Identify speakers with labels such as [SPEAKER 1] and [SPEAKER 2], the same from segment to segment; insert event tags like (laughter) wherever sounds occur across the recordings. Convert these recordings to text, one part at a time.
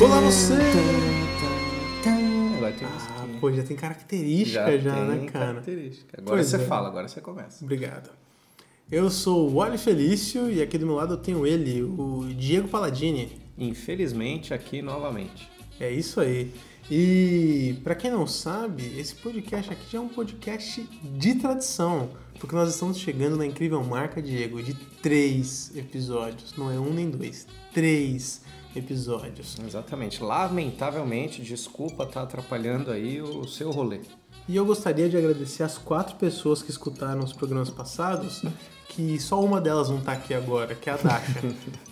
[SPEAKER 1] Olá você!
[SPEAKER 2] Agora tem
[SPEAKER 1] Ah,
[SPEAKER 2] musiquinha.
[SPEAKER 1] pô, já tem característica já,
[SPEAKER 2] tem
[SPEAKER 1] né, cara?
[SPEAKER 2] característica. Agora
[SPEAKER 1] Pois
[SPEAKER 2] você
[SPEAKER 1] é.
[SPEAKER 2] fala, agora você começa.
[SPEAKER 1] Obrigado. Eu sou o Wally Felício e aqui do meu lado eu tenho ele, o Diego Paladini.
[SPEAKER 2] Infelizmente, aqui novamente.
[SPEAKER 1] É isso aí. E pra quem não sabe, esse podcast aqui já é um podcast de tradição, porque nós estamos chegando na incrível marca, Diego, de três episódios. Não é um nem dois, três episódios.
[SPEAKER 2] Exatamente. Lamentavelmente, desculpa tá atrapalhando aí o seu rolê.
[SPEAKER 1] E eu gostaria de agradecer as quatro pessoas que escutaram os programas passados, que só uma delas não tá aqui agora, que é a (laughs) Dasha.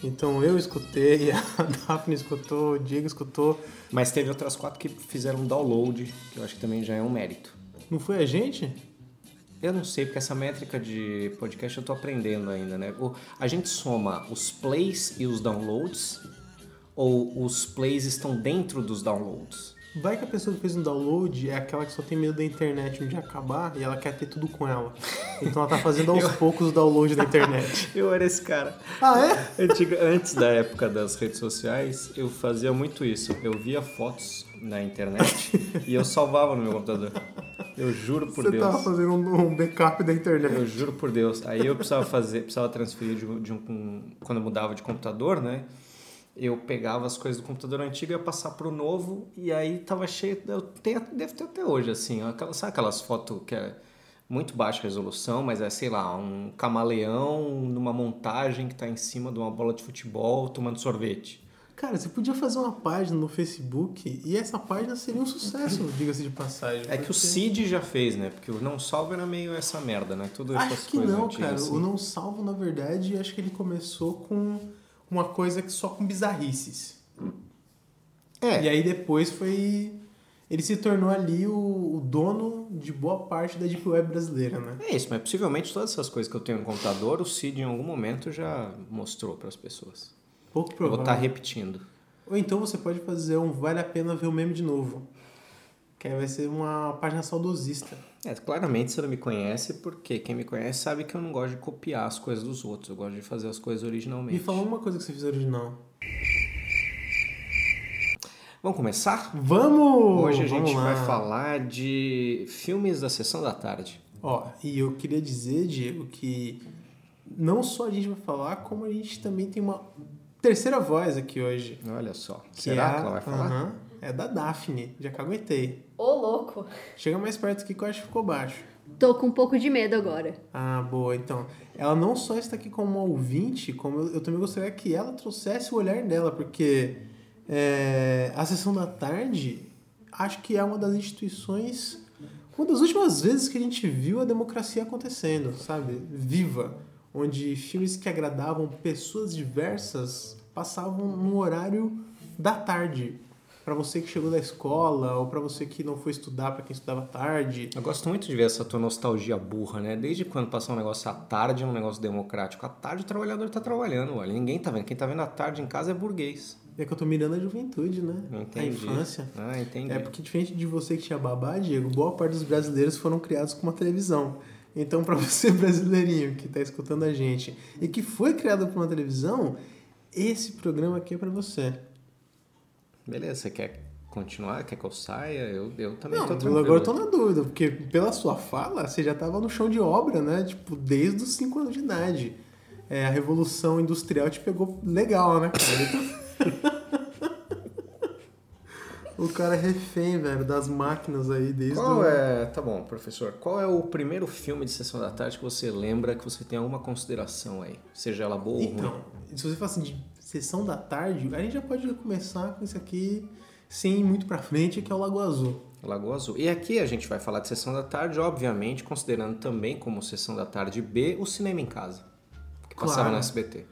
[SPEAKER 1] Então eu escutei, (laughs) a Daphne escutou, o Diego escutou.
[SPEAKER 2] Mas teve outras quatro que fizeram um download, que eu acho que também já é um mérito.
[SPEAKER 1] Não foi a gente?
[SPEAKER 2] Eu não sei, porque essa métrica de podcast eu tô aprendendo ainda, né? O- a gente soma os plays e os downloads, ou os plays estão dentro dos downloads?
[SPEAKER 1] Vai que a pessoa que fez um download é aquela que só tem medo da internet um dia acabar e ela quer ter tudo com ela. Então ela tá fazendo (laughs) aos poucos o download da internet.
[SPEAKER 2] Eu era esse cara.
[SPEAKER 1] (laughs) Ah, é?
[SPEAKER 2] (laughs) Antiga- antes da época das redes sociais, eu fazia muito isso. Eu via fotos na internet e eu salvava no meu computador. Eu juro por
[SPEAKER 1] Você
[SPEAKER 2] Deus.
[SPEAKER 1] tava fazendo um um backup da internet.
[SPEAKER 2] Eu juro por Deus. Aí eu precisava fazer, precisava transferir de, um- de um. Quando eu mudava de computador, né? Eu pegava as coisas do computador antigo, ia passar pro novo, e aí tava cheio. Eu tenho, deve ter até hoje, assim. ó, aquela- sabe aquelas fotos que é muito baixa resolução, mas é, sei lá, um camaleão numa montagem que tá em cima de uma bola de futebol tomando sorvete.
[SPEAKER 1] Cara, você podia fazer uma página no Facebook e essa página seria um sucesso, diga-se de passagem.
[SPEAKER 2] É que o
[SPEAKER 1] porque-
[SPEAKER 2] Cid já fez, né? Porque o Não Salvo era meio essa merda, né? Tudo essas
[SPEAKER 1] Acho que
[SPEAKER 2] coisas
[SPEAKER 1] não,
[SPEAKER 2] antigas.
[SPEAKER 1] cara.
[SPEAKER 2] assim.
[SPEAKER 1] O Não Salvo, na verdade, acho que ele começou com uma coisa que só com bizarrices.
[SPEAKER 2] É.
[SPEAKER 1] E aí depois foi. Ele se tornou ali o, o dono de boa parte da Deep Web brasileira, né?
[SPEAKER 2] É isso, mas possivelmente todas essas coisas que eu tenho no computador, o Cid em algum momento já mostrou para as pessoas.
[SPEAKER 1] Pouco
[SPEAKER 2] Eu vou tá estar
[SPEAKER 1] provável.
[SPEAKER 2] repetindo.
[SPEAKER 1] Ou então você pode fazer um Vale a Pena Ver o Meme de Novo. Que aí vai ser uma página saudosista.
[SPEAKER 2] É, claramente você não me conhece, porque quem me conhece sabe que eu não gosto de copiar as coisas dos outros, eu gosto de fazer as coisas originalmente.
[SPEAKER 1] Me fala uma coisa que você fez original.
[SPEAKER 2] Vamos começar?
[SPEAKER 1] Vamos!
[SPEAKER 2] Hoje a
[SPEAKER 1] Vamos
[SPEAKER 2] gente
[SPEAKER 1] lá.
[SPEAKER 2] vai falar de filmes da sessão da tarde.
[SPEAKER 1] Ó, e eu queria dizer, Diego, que não só a gente vai falar, como a gente também tem uma terceira voz aqui hoje.
[SPEAKER 2] Olha só.
[SPEAKER 1] que
[SPEAKER 2] Será
[SPEAKER 1] é
[SPEAKER 2] que
[SPEAKER 1] a-
[SPEAKER 2] ela vai falar?
[SPEAKER 1] Aham, é da Daphne, já caguetei.
[SPEAKER 3] Ô, louco.
[SPEAKER 1] Chega mais perto aqui que eu acho que ficou baixo.
[SPEAKER 3] Tô com um pouco de medo agora.
[SPEAKER 1] Ah, boa. Então, ela não só está aqui como ouvinte, como eu, eu também gostaria que ela trouxesse o olhar dela, porque é, a sessão da tarde acho que é uma das instituições, uma das últimas vezes que a gente viu a democracia acontecendo, sabe? Viva, onde filmes que agradavam pessoas diversas passavam no horário da tarde. Pra você que chegou da escola, ou pra você que não foi estudar, pra quem estudava tarde.
[SPEAKER 2] Eu gosto muito de ver essa tua nostalgia burra, né? Desde quando passar um negócio à tarde é um negócio democrático. À tarde o trabalhador tá trabalhando, olha. Ninguém tá vendo. Quem tá vendo à tarde em casa é burguês.
[SPEAKER 1] É que eu tô mirando a juventude, né?
[SPEAKER 2] Não
[SPEAKER 1] A
[SPEAKER 2] entendi.
[SPEAKER 1] infância.
[SPEAKER 2] Ah, entendi.
[SPEAKER 1] É porque diferente de você que tinha babá, Diego, boa parte dos brasileiros foram criados com uma televisão. Então, pra (laughs) você brasileirinho que tá escutando a gente e que foi criado por uma televisão, esse programa aqui é pra você.
[SPEAKER 2] Beleza, você quer continuar? Quer que eu saia? Eu, eu também
[SPEAKER 1] Não,
[SPEAKER 2] tô
[SPEAKER 1] eu
[SPEAKER 2] tranquilo.
[SPEAKER 1] agora eu tô na dúvida, porque pela sua fala, você já tava no chão de obra, né? Tipo, desde os 5 anos de idade. É, a revolução industrial te pegou legal, né, cara? Então- (laughs) o cara é refém, velho, das máquinas aí desde o...
[SPEAKER 2] Qual é... Tá bom, professor. Qual é o primeiro filme de Sessão da Tarde que você lembra que você tem alguma consideração aí? Seja ela boa ou ruim.
[SPEAKER 1] Então, se você fala assim de sessão da tarde, a gente já pode começar com isso aqui sem ir muito pra frente, que é o Lago Azul.
[SPEAKER 2] Lagoa Azul. E aqui a gente vai falar de Sessão da Tarde, obviamente, considerando também como Sessão da Tarde B o Cinema em Casa. Que passava
[SPEAKER 1] Claro.
[SPEAKER 2] no SBT.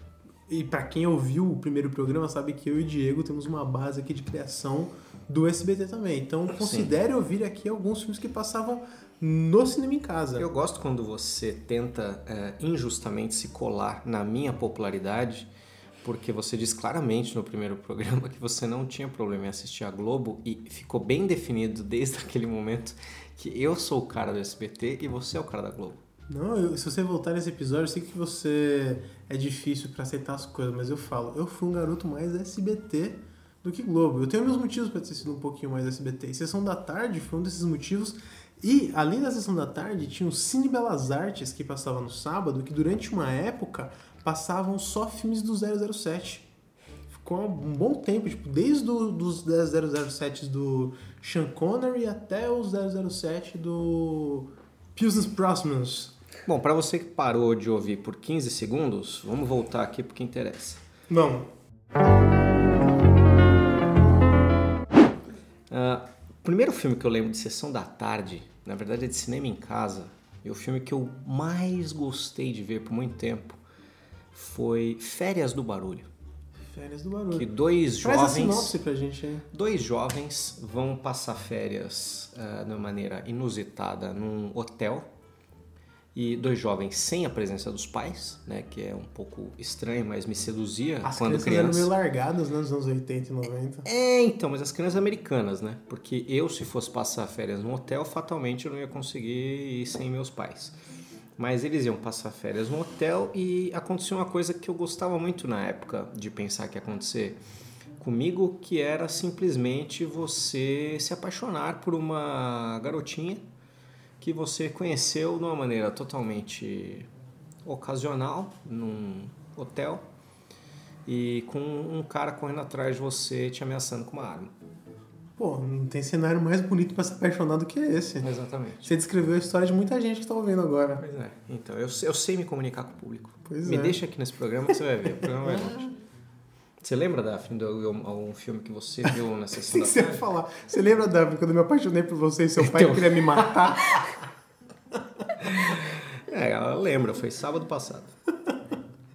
[SPEAKER 1] E pra quem ouviu o primeiro programa, sabe que eu e o Diego temos uma base aqui de criação do SBT também. Então, considere ouvir aqui alguns filmes que passavam no cinema em casa.
[SPEAKER 2] Eu gosto quando você tenta eh, injustamente se colar na minha popularidade, porque você diz claramente no primeiro (laughs) programa que você não tinha problema em assistir a Globo e ficou bem definido desde (laughs) aquele momento que eu sou o cara do SBT e você é o cara da Globo.
[SPEAKER 1] Não, eu- se você voltar nesse episódio, eu sei que você é difícil pra aceitar as coisas, mas eu falo, eu fui um garoto mais SBT do que Globo. Eu tenho meus motivos para ter sido um pouquinho mais SBT. E Sessão da Tarde foi um desses motivos. E, além da Sessão da Tarde, tinha o Cine Belas Artes, que passava no sábado, que durante uma época passavam só filmes do 007. Ficou um bom tempo, tipo, desde do, dos 007 do Sean Connery até os 007 do Pilsons Prosperous.
[SPEAKER 2] Bom, para você que parou de ouvir por 15 segundos, vamos voltar aqui porque interessa.
[SPEAKER 1] Não.
[SPEAKER 2] Ah, o primeiro filme que eu lembro de Sessão da Tarde, na verdade é de cinema em casa, e o filme que eu mais gostei de ver por muito tempo foi Férias do Barulho.
[SPEAKER 1] Férias do
[SPEAKER 2] Que
[SPEAKER 1] Barulho.
[SPEAKER 2] dois
[SPEAKER 1] Traz a
[SPEAKER 2] jovens.
[SPEAKER 1] sinopse pra gente aí.
[SPEAKER 2] Dois jovens vão passar férias ah, de uma maneira inusitada num hotel. E dois jovens sem a presença dos pais, né? Que é um pouco estranho, mas me seduzia
[SPEAKER 1] As
[SPEAKER 2] quando
[SPEAKER 1] crianças eram
[SPEAKER 2] criança.
[SPEAKER 1] meio largadas né, nos anos 80 e 90.
[SPEAKER 2] É, então, mas as crianças americanas, né? Porque eu, se fosse passar férias num hotel, fatalmente eu não ia conseguir ir sem meus pais. Mas eles iam passar férias num hotel e aconteceu uma coisa que eu gostava muito na época de pensar que ia acontecer comigo, que era simplesmente você se apaixonar por uma garotinha que você conheceu de uma maneira totalmente ocasional, num hotel e com um cara correndo atrás de você te ameaçando com uma arma.
[SPEAKER 1] Pô, não tem cenário mais bonito pra se apaixonar do que esse.
[SPEAKER 2] Exatamente.
[SPEAKER 1] Você descreveu a história de muita gente que tá ouvindo agora.
[SPEAKER 2] Pois é. Então, eu, eu sei me comunicar com o público.
[SPEAKER 1] Pois
[SPEAKER 2] me
[SPEAKER 1] é.
[SPEAKER 2] deixa aqui nesse programa que você vai ver. O programa vai longe. Você lembra, Daphne, de algum, algum um filme que você viu nessa
[SPEAKER 1] Sem
[SPEAKER 2] sessão
[SPEAKER 1] que você
[SPEAKER 2] da
[SPEAKER 1] vai
[SPEAKER 2] tarde?
[SPEAKER 1] falar. Você lembra, Davi, quando eu me apaixonei por você e seu pai
[SPEAKER 2] Então.
[SPEAKER 1] queria me matar?
[SPEAKER 2] É, ela lembra. Foi sábado passado.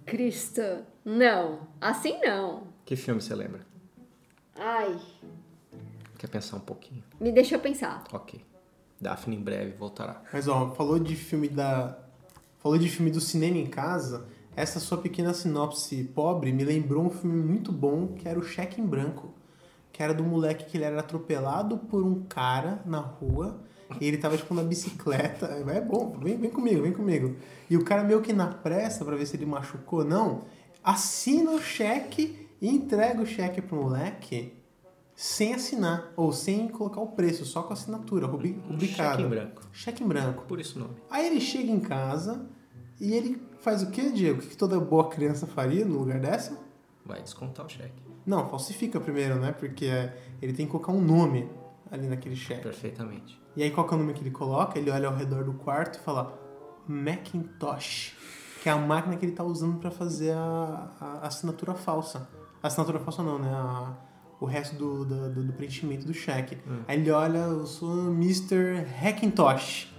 [SPEAKER 3] Cristo. Não. Assim não.
[SPEAKER 2] Que filme você lembra?
[SPEAKER 3] Ai.
[SPEAKER 2] Quer pensar um pouquinho?
[SPEAKER 3] Me deixa pensar.
[SPEAKER 2] Ok. Daphne em breve voltará.
[SPEAKER 1] Mas ó, falou de filme da. Falou de filme do cinema em casa. Essa sua pequena sinopse pobre me lembrou um filme muito bom que era o Cheque em Branco. Que era do moleque que ele era atropelado por um cara na rua. E ele tava, tipo, na bicicleta. É bom, vem, vem comigo, vem comigo. E o cara meio que na pressa pra ver se ele machucou ou não, assina o cheque e entrega o cheque pro moleque sem assinar. Ou sem colocar o preço, só com a assinatura, rubi-
[SPEAKER 2] Um
[SPEAKER 1] rubricado.
[SPEAKER 2] cheque em branco.
[SPEAKER 1] Cheque em branco.
[SPEAKER 2] Por isso o nome.
[SPEAKER 1] Aí ele chega em casa e ele faz o quê, Diego? O que toda boa criança faria no lugar dessa?
[SPEAKER 2] Vai descontar o cheque.
[SPEAKER 1] Não, falsifica primeiro, né? Porque é, ele tem que colocar um nome ali naquele cheque.
[SPEAKER 2] Perfeitamente.
[SPEAKER 1] E aí qual que é o nome que ele coloca? Ele olha ao redor do quarto e fala Macintosh, que é a máquina que ele tá usando para fazer a, a assinatura falsa. A assinatura falsa não, né? A- o resto do, do, do- do preenchimento do cheque. Aí ele olha, eu sou Mr. Hackintosh.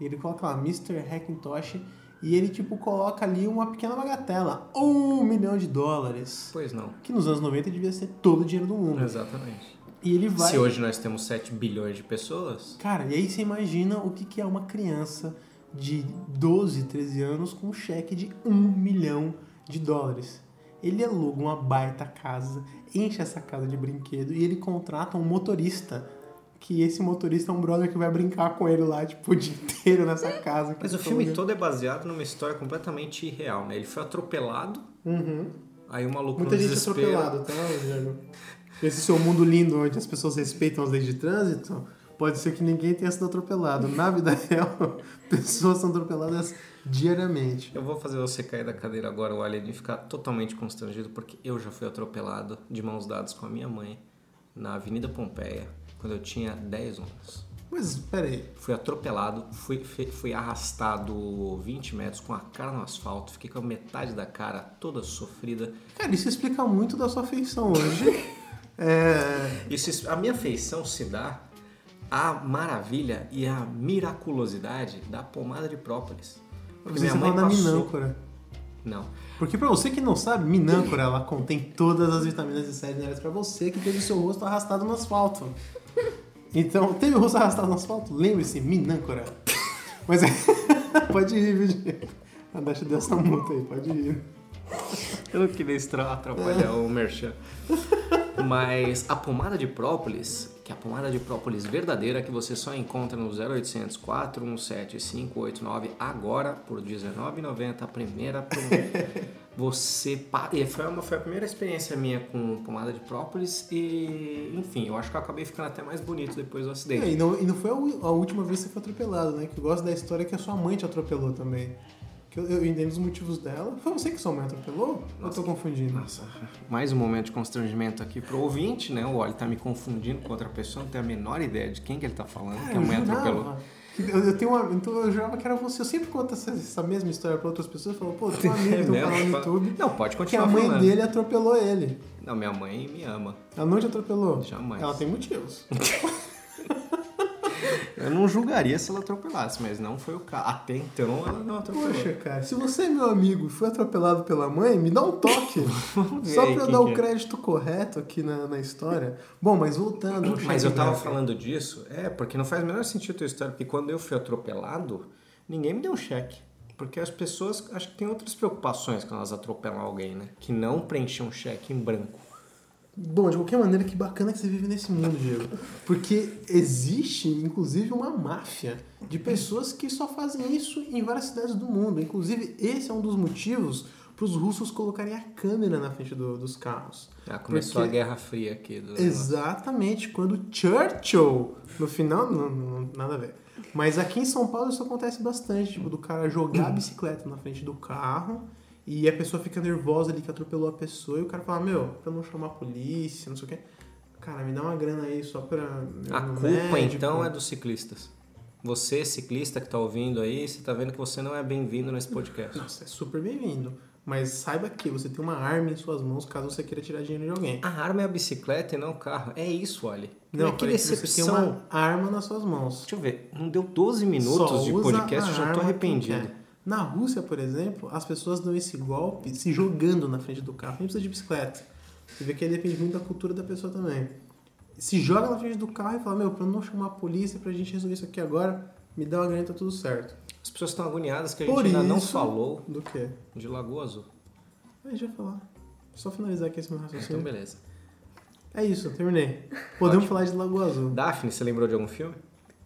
[SPEAKER 1] E ele coloca lá, Mr. Hackintosh, e ele, tipo, coloca ali uma pequena bagatela, um milhão de dólares.
[SPEAKER 2] Pois não.
[SPEAKER 1] Que nos anos 90 devia ser todo o dinheiro do mundo.
[SPEAKER 2] Exatamente.
[SPEAKER 1] E ele Hum. vai.
[SPEAKER 2] Se hoje nós temos 7 bilhões de pessoas,
[SPEAKER 1] Cara, e aí você imagina o que que é uma criança de 12, 13 anos com um cheque de 1 milhão de dólares. Ele aluga uma baita casa, enche essa casa de brinquedo e ele contrata um motorista. Que esse motorista é um brother que vai brincar com ele lá, tipo, o dia (laughs) inteiro nessa casa. que
[SPEAKER 2] Mas o
[SPEAKER 1] ele
[SPEAKER 2] filme
[SPEAKER 1] aluga.
[SPEAKER 2] todo é baseado numa história completamente irreal, né? Ele foi atropelado,
[SPEAKER 1] Uhum.
[SPEAKER 2] aí o maluco
[SPEAKER 1] Muita
[SPEAKER 2] no
[SPEAKER 1] gente
[SPEAKER 2] desespero...
[SPEAKER 1] atropelada, tá, Diego? Esse seu mundo lindo onde as pessoas respeitam as leis de trânsito, pode ser que ninguém tenha sido atropelado. Na vida (laughs) real, pessoas são atropeladas diariamente.
[SPEAKER 2] Eu vou fazer você cair da cadeira agora, o Alien, e ficar totalmente constrangido, porque eu já fui atropelado de mãos dadas com a minha mãe na Avenida Pompeia, quando eu tinha 10 anos.
[SPEAKER 1] Mas, peraí.
[SPEAKER 2] Fui atropelado, fui, fe- fui arrastado 20 metros com a cara no asfalto, fiquei com a metade da cara toda sofrida.
[SPEAKER 1] Cara, isso explica muito da sua feição
[SPEAKER 2] (laughs)
[SPEAKER 1] hoje. É,
[SPEAKER 2] Isso, a minha feição se dá à maravilha e à miraculosidade da pomada de própolis. Porque
[SPEAKER 1] você fala da minâncora.
[SPEAKER 2] Não.
[SPEAKER 1] Porque pra você que não sabe, minâncora, ela contém todas as vitaminas e sais minerais pra você que teve o seu rosto arrastado no asfalto. Então, teve o rosto arrastado no asfalto? Lembre-se, minâncora. Mas é... (laughs) pode ir, viu, Diego? A Dasha deu essa multa aí, pode ir. (laughs)
[SPEAKER 2] Eu não queria estra- atrapalhar o Merchan. Mas a pomada de própolis, que é a pomada de própolis verdadeira que você só encontra no 0800 417 589 agora por R$19,90, a
[SPEAKER 1] (laughs)
[SPEAKER 2] primeira pomada. Você pa- e foi uma foi a primeira experiência minha com pomada de própolis e enfim, eu acho que eu acabei ficando até mais bonito depois do acidente.
[SPEAKER 1] É, e, não, e não foi a u- a última vez que você foi atropelado, né? Que eu gosto da história que a sua mãe te atropelou também. Que eu, eu entendo os motivos dela. Foi você que sua mãe atropelou? Ou eu tô confundindo?
[SPEAKER 2] Nossa, mais um momento de constrangimento aqui pro ouvinte, né? O Oli tá me confundindo com outra pessoa, não tenho a menor ideia de quem que ele tá falando,
[SPEAKER 1] Ah,
[SPEAKER 2] que a
[SPEAKER 1] eu
[SPEAKER 2] mãe
[SPEAKER 1] jurava.
[SPEAKER 2] atropelou.
[SPEAKER 1] Eu, eu tenho uma, então eu jurava que era você. Eu sempre conto essa, essa mesma história pra outras pessoas. Eu falo, pô,
[SPEAKER 2] (laughs)
[SPEAKER 1] tem um amigo do canal no
[SPEAKER 2] É mesmo?
[SPEAKER 1] YouTube
[SPEAKER 2] Né? Não, pode
[SPEAKER 1] que a
[SPEAKER 2] continuar
[SPEAKER 1] mãe
[SPEAKER 2] falando.
[SPEAKER 1] dele atropelou ele.
[SPEAKER 2] Não, minha mãe me ama.
[SPEAKER 1] Ela não te atropelou?
[SPEAKER 2] Jamais.
[SPEAKER 1] Ela tem motivos.
[SPEAKER 2] Eu não julgaria se ela atropelasse, mas não foi o caso. Até então ela não atropelou. (laughs)
[SPEAKER 1] Poxa, cara, se você é meu amigo e foi atropelado pela mãe, me dá um
[SPEAKER 2] (laughs)
[SPEAKER 1] toque.
[SPEAKER 2] ver
[SPEAKER 1] Só
[SPEAKER 2] aí
[SPEAKER 1] pra eu
[SPEAKER 2] quem
[SPEAKER 1] dar
[SPEAKER 2] que
[SPEAKER 1] o
[SPEAKER 2] é.
[SPEAKER 1] crédito correto aqui na, na história. Bom, mas voltando. ao
[SPEAKER 2] Mas eu
[SPEAKER 1] Charlie
[SPEAKER 2] tava
[SPEAKER 1] Brown.
[SPEAKER 2] falando disso, é, porque não faz o menor sentido a tua história, porque quando eu fui atropelado, ninguém me deu um cheque. Porque as pessoas, acho que tem outras preocupações quando elas atropelam alguém, né? Que não preencher um cheque em branco.
[SPEAKER 1] Bom, de qualquer maneira, que bacana que você vive nesse mundo, Diego. Porque existe, inclusive, uma máfia de pessoas que só fazem isso em várias cidades do mundo. Inclusive, esse é um dos motivos para os russos colocarem a câmera na frente do- dos carros.
[SPEAKER 2] Ah, começou
[SPEAKER 1] Porque-
[SPEAKER 2] a Guerra Fria aqui. Do
[SPEAKER 1] Exatamente, quando Churchill, no final, não, não- não- nada a ver. Mas aqui em São Paulo isso acontece bastante, tipo, do cara jogar a bicicleta na frente do carro e a pessoa fica nervosa ali que atropelou a pessoa e o cara fala, meu, pra não chamar a polícia, não sei o quê. Cara, me dá uma grana aí só pra... meu,
[SPEAKER 2] A
[SPEAKER 1] no
[SPEAKER 2] culpa,
[SPEAKER 1] Um médico."
[SPEAKER 2] então, é dos ciclistas. Você, ciclista que tá ouvindo aí, você tá vendo que você não é bem-vindo nesse podcast.
[SPEAKER 1] Nossa, é super bem-vindo. Mas saiba que você tem uma arma em suas mãos caso você queira tirar dinheiro de alguém.
[SPEAKER 2] A arma é a bicicleta e não o carro. É isso, olha.
[SPEAKER 1] Não,
[SPEAKER 2] Olha que
[SPEAKER 1] peraí, você tem
[SPEAKER 2] decepção.
[SPEAKER 1] uma arma nas suas mãos.
[SPEAKER 2] Deixa eu ver. Não deu 12 minutos
[SPEAKER 1] Só
[SPEAKER 2] de
[SPEAKER 1] usa
[SPEAKER 2] podcast,
[SPEAKER 1] a
[SPEAKER 2] eu já tô
[SPEAKER 1] arma quem
[SPEAKER 2] arrependido.
[SPEAKER 1] quer. Na Rússia, por exemplo, as pessoas dão esse golpe se jogando na frente do carro. Nem precisa de bicicleta. Você vê que aí depende muito da cultura da pessoa também. Se joga na frente do carro e fala, meu, pra eu não chamar a polícia, pra gente resolver isso aqui agora, me dá uma grana e tá tudo certo.
[SPEAKER 2] As pessoas estão agoniadas que a gente
[SPEAKER 1] Por
[SPEAKER 2] ainda
[SPEAKER 1] isso...
[SPEAKER 2] não falou
[SPEAKER 1] Do quê?
[SPEAKER 2] de Lagoa Azul.
[SPEAKER 1] Aí já falar. Só finalizar aqui esse meu
[SPEAKER 2] Então,
[SPEAKER 1] raciocínio.
[SPEAKER 2] beleza.
[SPEAKER 1] é isso, terminei.
[SPEAKER 2] (laughs)
[SPEAKER 1] Podemos falar de Lagoa Azul.
[SPEAKER 2] Daphne, você lembrou de algum filme?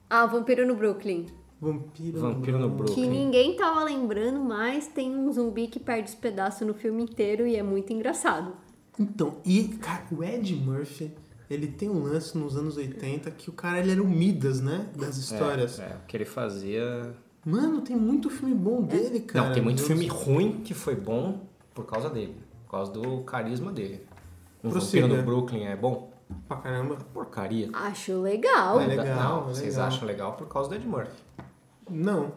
[SPEAKER 3] Ah, Vampiro no Brooklyn.
[SPEAKER 1] Vampiro,
[SPEAKER 2] Vampiro no
[SPEAKER 1] Brooklyn.
[SPEAKER 3] Que
[SPEAKER 2] Brooklyn.
[SPEAKER 3] ninguém tava lembrando, mas tem um zumbi que perde os pedaços no filme inteiro e é muito engraçado.
[SPEAKER 1] Então, e cara, o Ed Murphy, ele tem um lance nos anos 80 que o cara ele era o Midas, né? Das histórias.
[SPEAKER 2] É, é, o que ele fazia...
[SPEAKER 1] Mano, tem muito filme bom dele, cara.
[SPEAKER 2] não, tem muito
[SPEAKER 1] Meu
[SPEAKER 2] filme
[SPEAKER 1] Deus.
[SPEAKER 2] ruim que foi bom por causa dele. Por causa do carisma dele. Um
[SPEAKER 1] Prossiga.
[SPEAKER 2] Vampiro no Brooklyn é bom?
[SPEAKER 1] pra caramba.
[SPEAKER 2] Porcaria.
[SPEAKER 3] Acho legal.
[SPEAKER 1] É legal,
[SPEAKER 2] não,
[SPEAKER 1] é
[SPEAKER 2] vocês
[SPEAKER 1] legal.
[SPEAKER 2] acham legal por causa do Ed Murphy.
[SPEAKER 1] Não.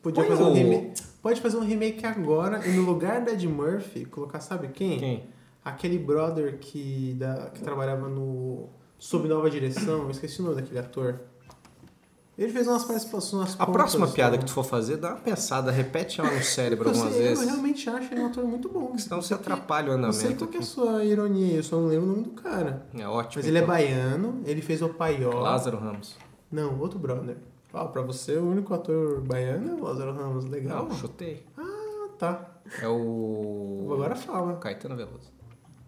[SPEAKER 1] Podia
[SPEAKER 2] Põe
[SPEAKER 1] fazer um
[SPEAKER 2] o-
[SPEAKER 1] remake. Pode fazer um remake agora e no lugar do Ed Murphy, colocar, sabe quem?
[SPEAKER 2] Quem?
[SPEAKER 1] Aquele brother que, da, que trabalhava no. Sob Nova Direção, eu esqueci o nome daquele ator. Ele fez umas participações. umas
[SPEAKER 2] A próxima
[SPEAKER 1] pontas,
[SPEAKER 2] piada
[SPEAKER 1] né?
[SPEAKER 2] que tu for fazer, dá uma pensada, repete ela no
[SPEAKER 1] (laughs)
[SPEAKER 2] cérebro
[SPEAKER 1] Eu sei,
[SPEAKER 2] algumas
[SPEAKER 1] Eu
[SPEAKER 2] vezes.
[SPEAKER 1] realmente acho ele um ator muito bom.
[SPEAKER 2] Senão você atrapalha o
[SPEAKER 1] Eu sei
[SPEAKER 2] andamento
[SPEAKER 1] qual que é a
[SPEAKER 2] aqui.
[SPEAKER 1] sua ironia, eu só não lembro o nome do cara.
[SPEAKER 2] É ótimo.
[SPEAKER 1] Mas ele é
[SPEAKER 2] então.
[SPEAKER 1] baiano, ele fez o Paió.
[SPEAKER 2] Lázaro Ramos.
[SPEAKER 1] Não, outro brother. Ó, pra você, o único ator baiano é o Lázaro Ramos. Legal.
[SPEAKER 2] Não, chutei.
[SPEAKER 1] Ah, tá.
[SPEAKER 2] É o.
[SPEAKER 1] Agora fala.
[SPEAKER 2] Caetano Veloso.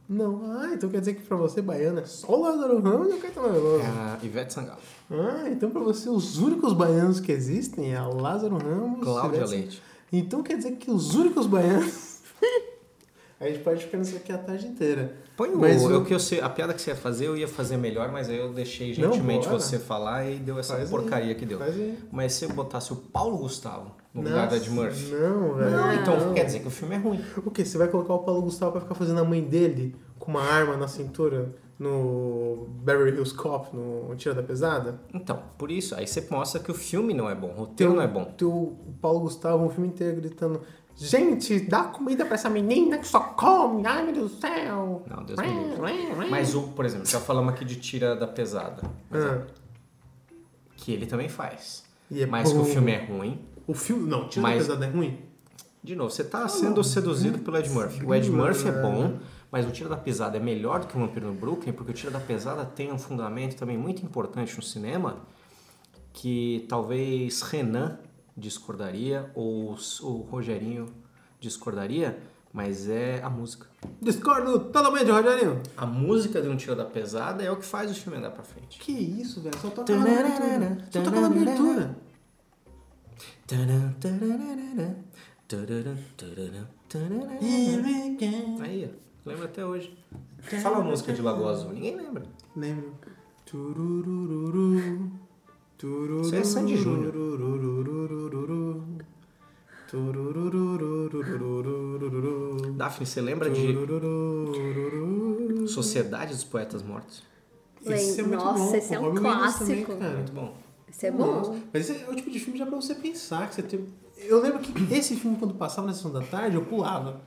[SPEAKER 1] Não, ah, então quer dizer que pra você, baiano, é só o Lázaro Ramos e o Caetano Veloso.
[SPEAKER 2] É a Ivete Sangalo.
[SPEAKER 1] Ah, então pra você, os únicos baianos que existem é o Lázaro Ramos...
[SPEAKER 2] Cláudia
[SPEAKER 1] Ivete-
[SPEAKER 2] Leite.
[SPEAKER 1] Então quer dizer que os únicos baianos... (laughs) a gente pode ficar nisso aqui a tarde inteira.
[SPEAKER 2] Põe
[SPEAKER 1] Mas
[SPEAKER 2] o.
[SPEAKER 1] o-
[SPEAKER 2] Eu, que eu sei, a piada que você ia fazer, eu ia fazer melhor, mas aí eu deixei
[SPEAKER 1] Não,
[SPEAKER 2] gentilmente
[SPEAKER 1] bora.
[SPEAKER 2] você falar e deu essa
[SPEAKER 1] Faz aí,
[SPEAKER 2] porcaria que deu.
[SPEAKER 1] Faz aí.
[SPEAKER 2] Mas se eu botasse o Paulo Gustavo no lugar do
[SPEAKER 1] é Nossa,
[SPEAKER 2] Ed Murphy.
[SPEAKER 1] Não, velho.
[SPEAKER 2] Não, então quer dizer que o filme é ruim.
[SPEAKER 1] O quê? Você vai colocar o Paulo Gustavo pra ficar fazendo a mãe dele com uma arma na cintura no Beverly Hills Cop, no Tira da Pesada?
[SPEAKER 2] Então, por isso, aí você mostra que o filme não é bom, o roteiro
[SPEAKER 1] Teu-
[SPEAKER 2] não é bom.
[SPEAKER 1] Teu, Então, o Paulo Gustavo, um filme inteiro, gritando: Gente, dá comida pra essa menina que só come, ai meu Deus do céu.
[SPEAKER 2] Não, Deus me livre. Mas o, por exemplo, já falamos aqui de Tira da Pesada,
[SPEAKER 1] Ah,
[SPEAKER 2] que ele também faz.
[SPEAKER 1] E é
[SPEAKER 2] mas que o
[SPEAKER 1] bom.
[SPEAKER 2] filme é ruim.
[SPEAKER 1] o filme. Não, Tira
[SPEAKER 2] Mas-
[SPEAKER 1] da Pesada é ruim?
[SPEAKER 2] De novo, você tá sendo seduzido pelo Ed Murphy. O Ed Murphy é bom, mas o Tira da Pesada é melhor do que o Vampiro no Brooklyn, porque o Tira da Pesada tem um fundamento também muito importante no cinema, que talvez Renan discordaria, ou s- o Rogerinho discordaria, Mas é a música.
[SPEAKER 1] Discordo totalmente, Rogerinho.
[SPEAKER 2] A música de um tio da pesada é o que faz o filme andar pra frente.
[SPEAKER 1] Que isso, velho? Só toca na abertura. Só toca na abertura.
[SPEAKER 2] Aí, ó, lembra até hoje. Fala a música de Lagoa Azul, ninguém lembra.
[SPEAKER 1] Lembro. Tururururu. Turururu.
[SPEAKER 2] Isso é Sandy Júnior.
[SPEAKER 1] Tururururururu. Turururururururu.
[SPEAKER 2] Daphne, você lembra de
[SPEAKER 1] Turururururu.
[SPEAKER 2] Sociedade dos Poetas Mortos?
[SPEAKER 1] Esse é muito
[SPEAKER 3] Nossa,
[SPEAKER 1] bom.
[SPEAKER 3] esse é
[SPEAKER 1] O
[SPEAKER 3] um
[SPEAKER 1] Robin Williams também,
[SPEAKER 3] clássico.
[SPEAKER 1] cara.
[SPEAKER 2] Muito bom.
[SPEAKER 3] Isso é
[SPEAKER 1] Nossa,
[SPEAKER 3] bom.
[SPEAKER 1] Mas esse é o tipo de filme já pra você pensar. Que você tem... Eu lembro que esse filme, quando passava na sessão da tarde, eu pulava.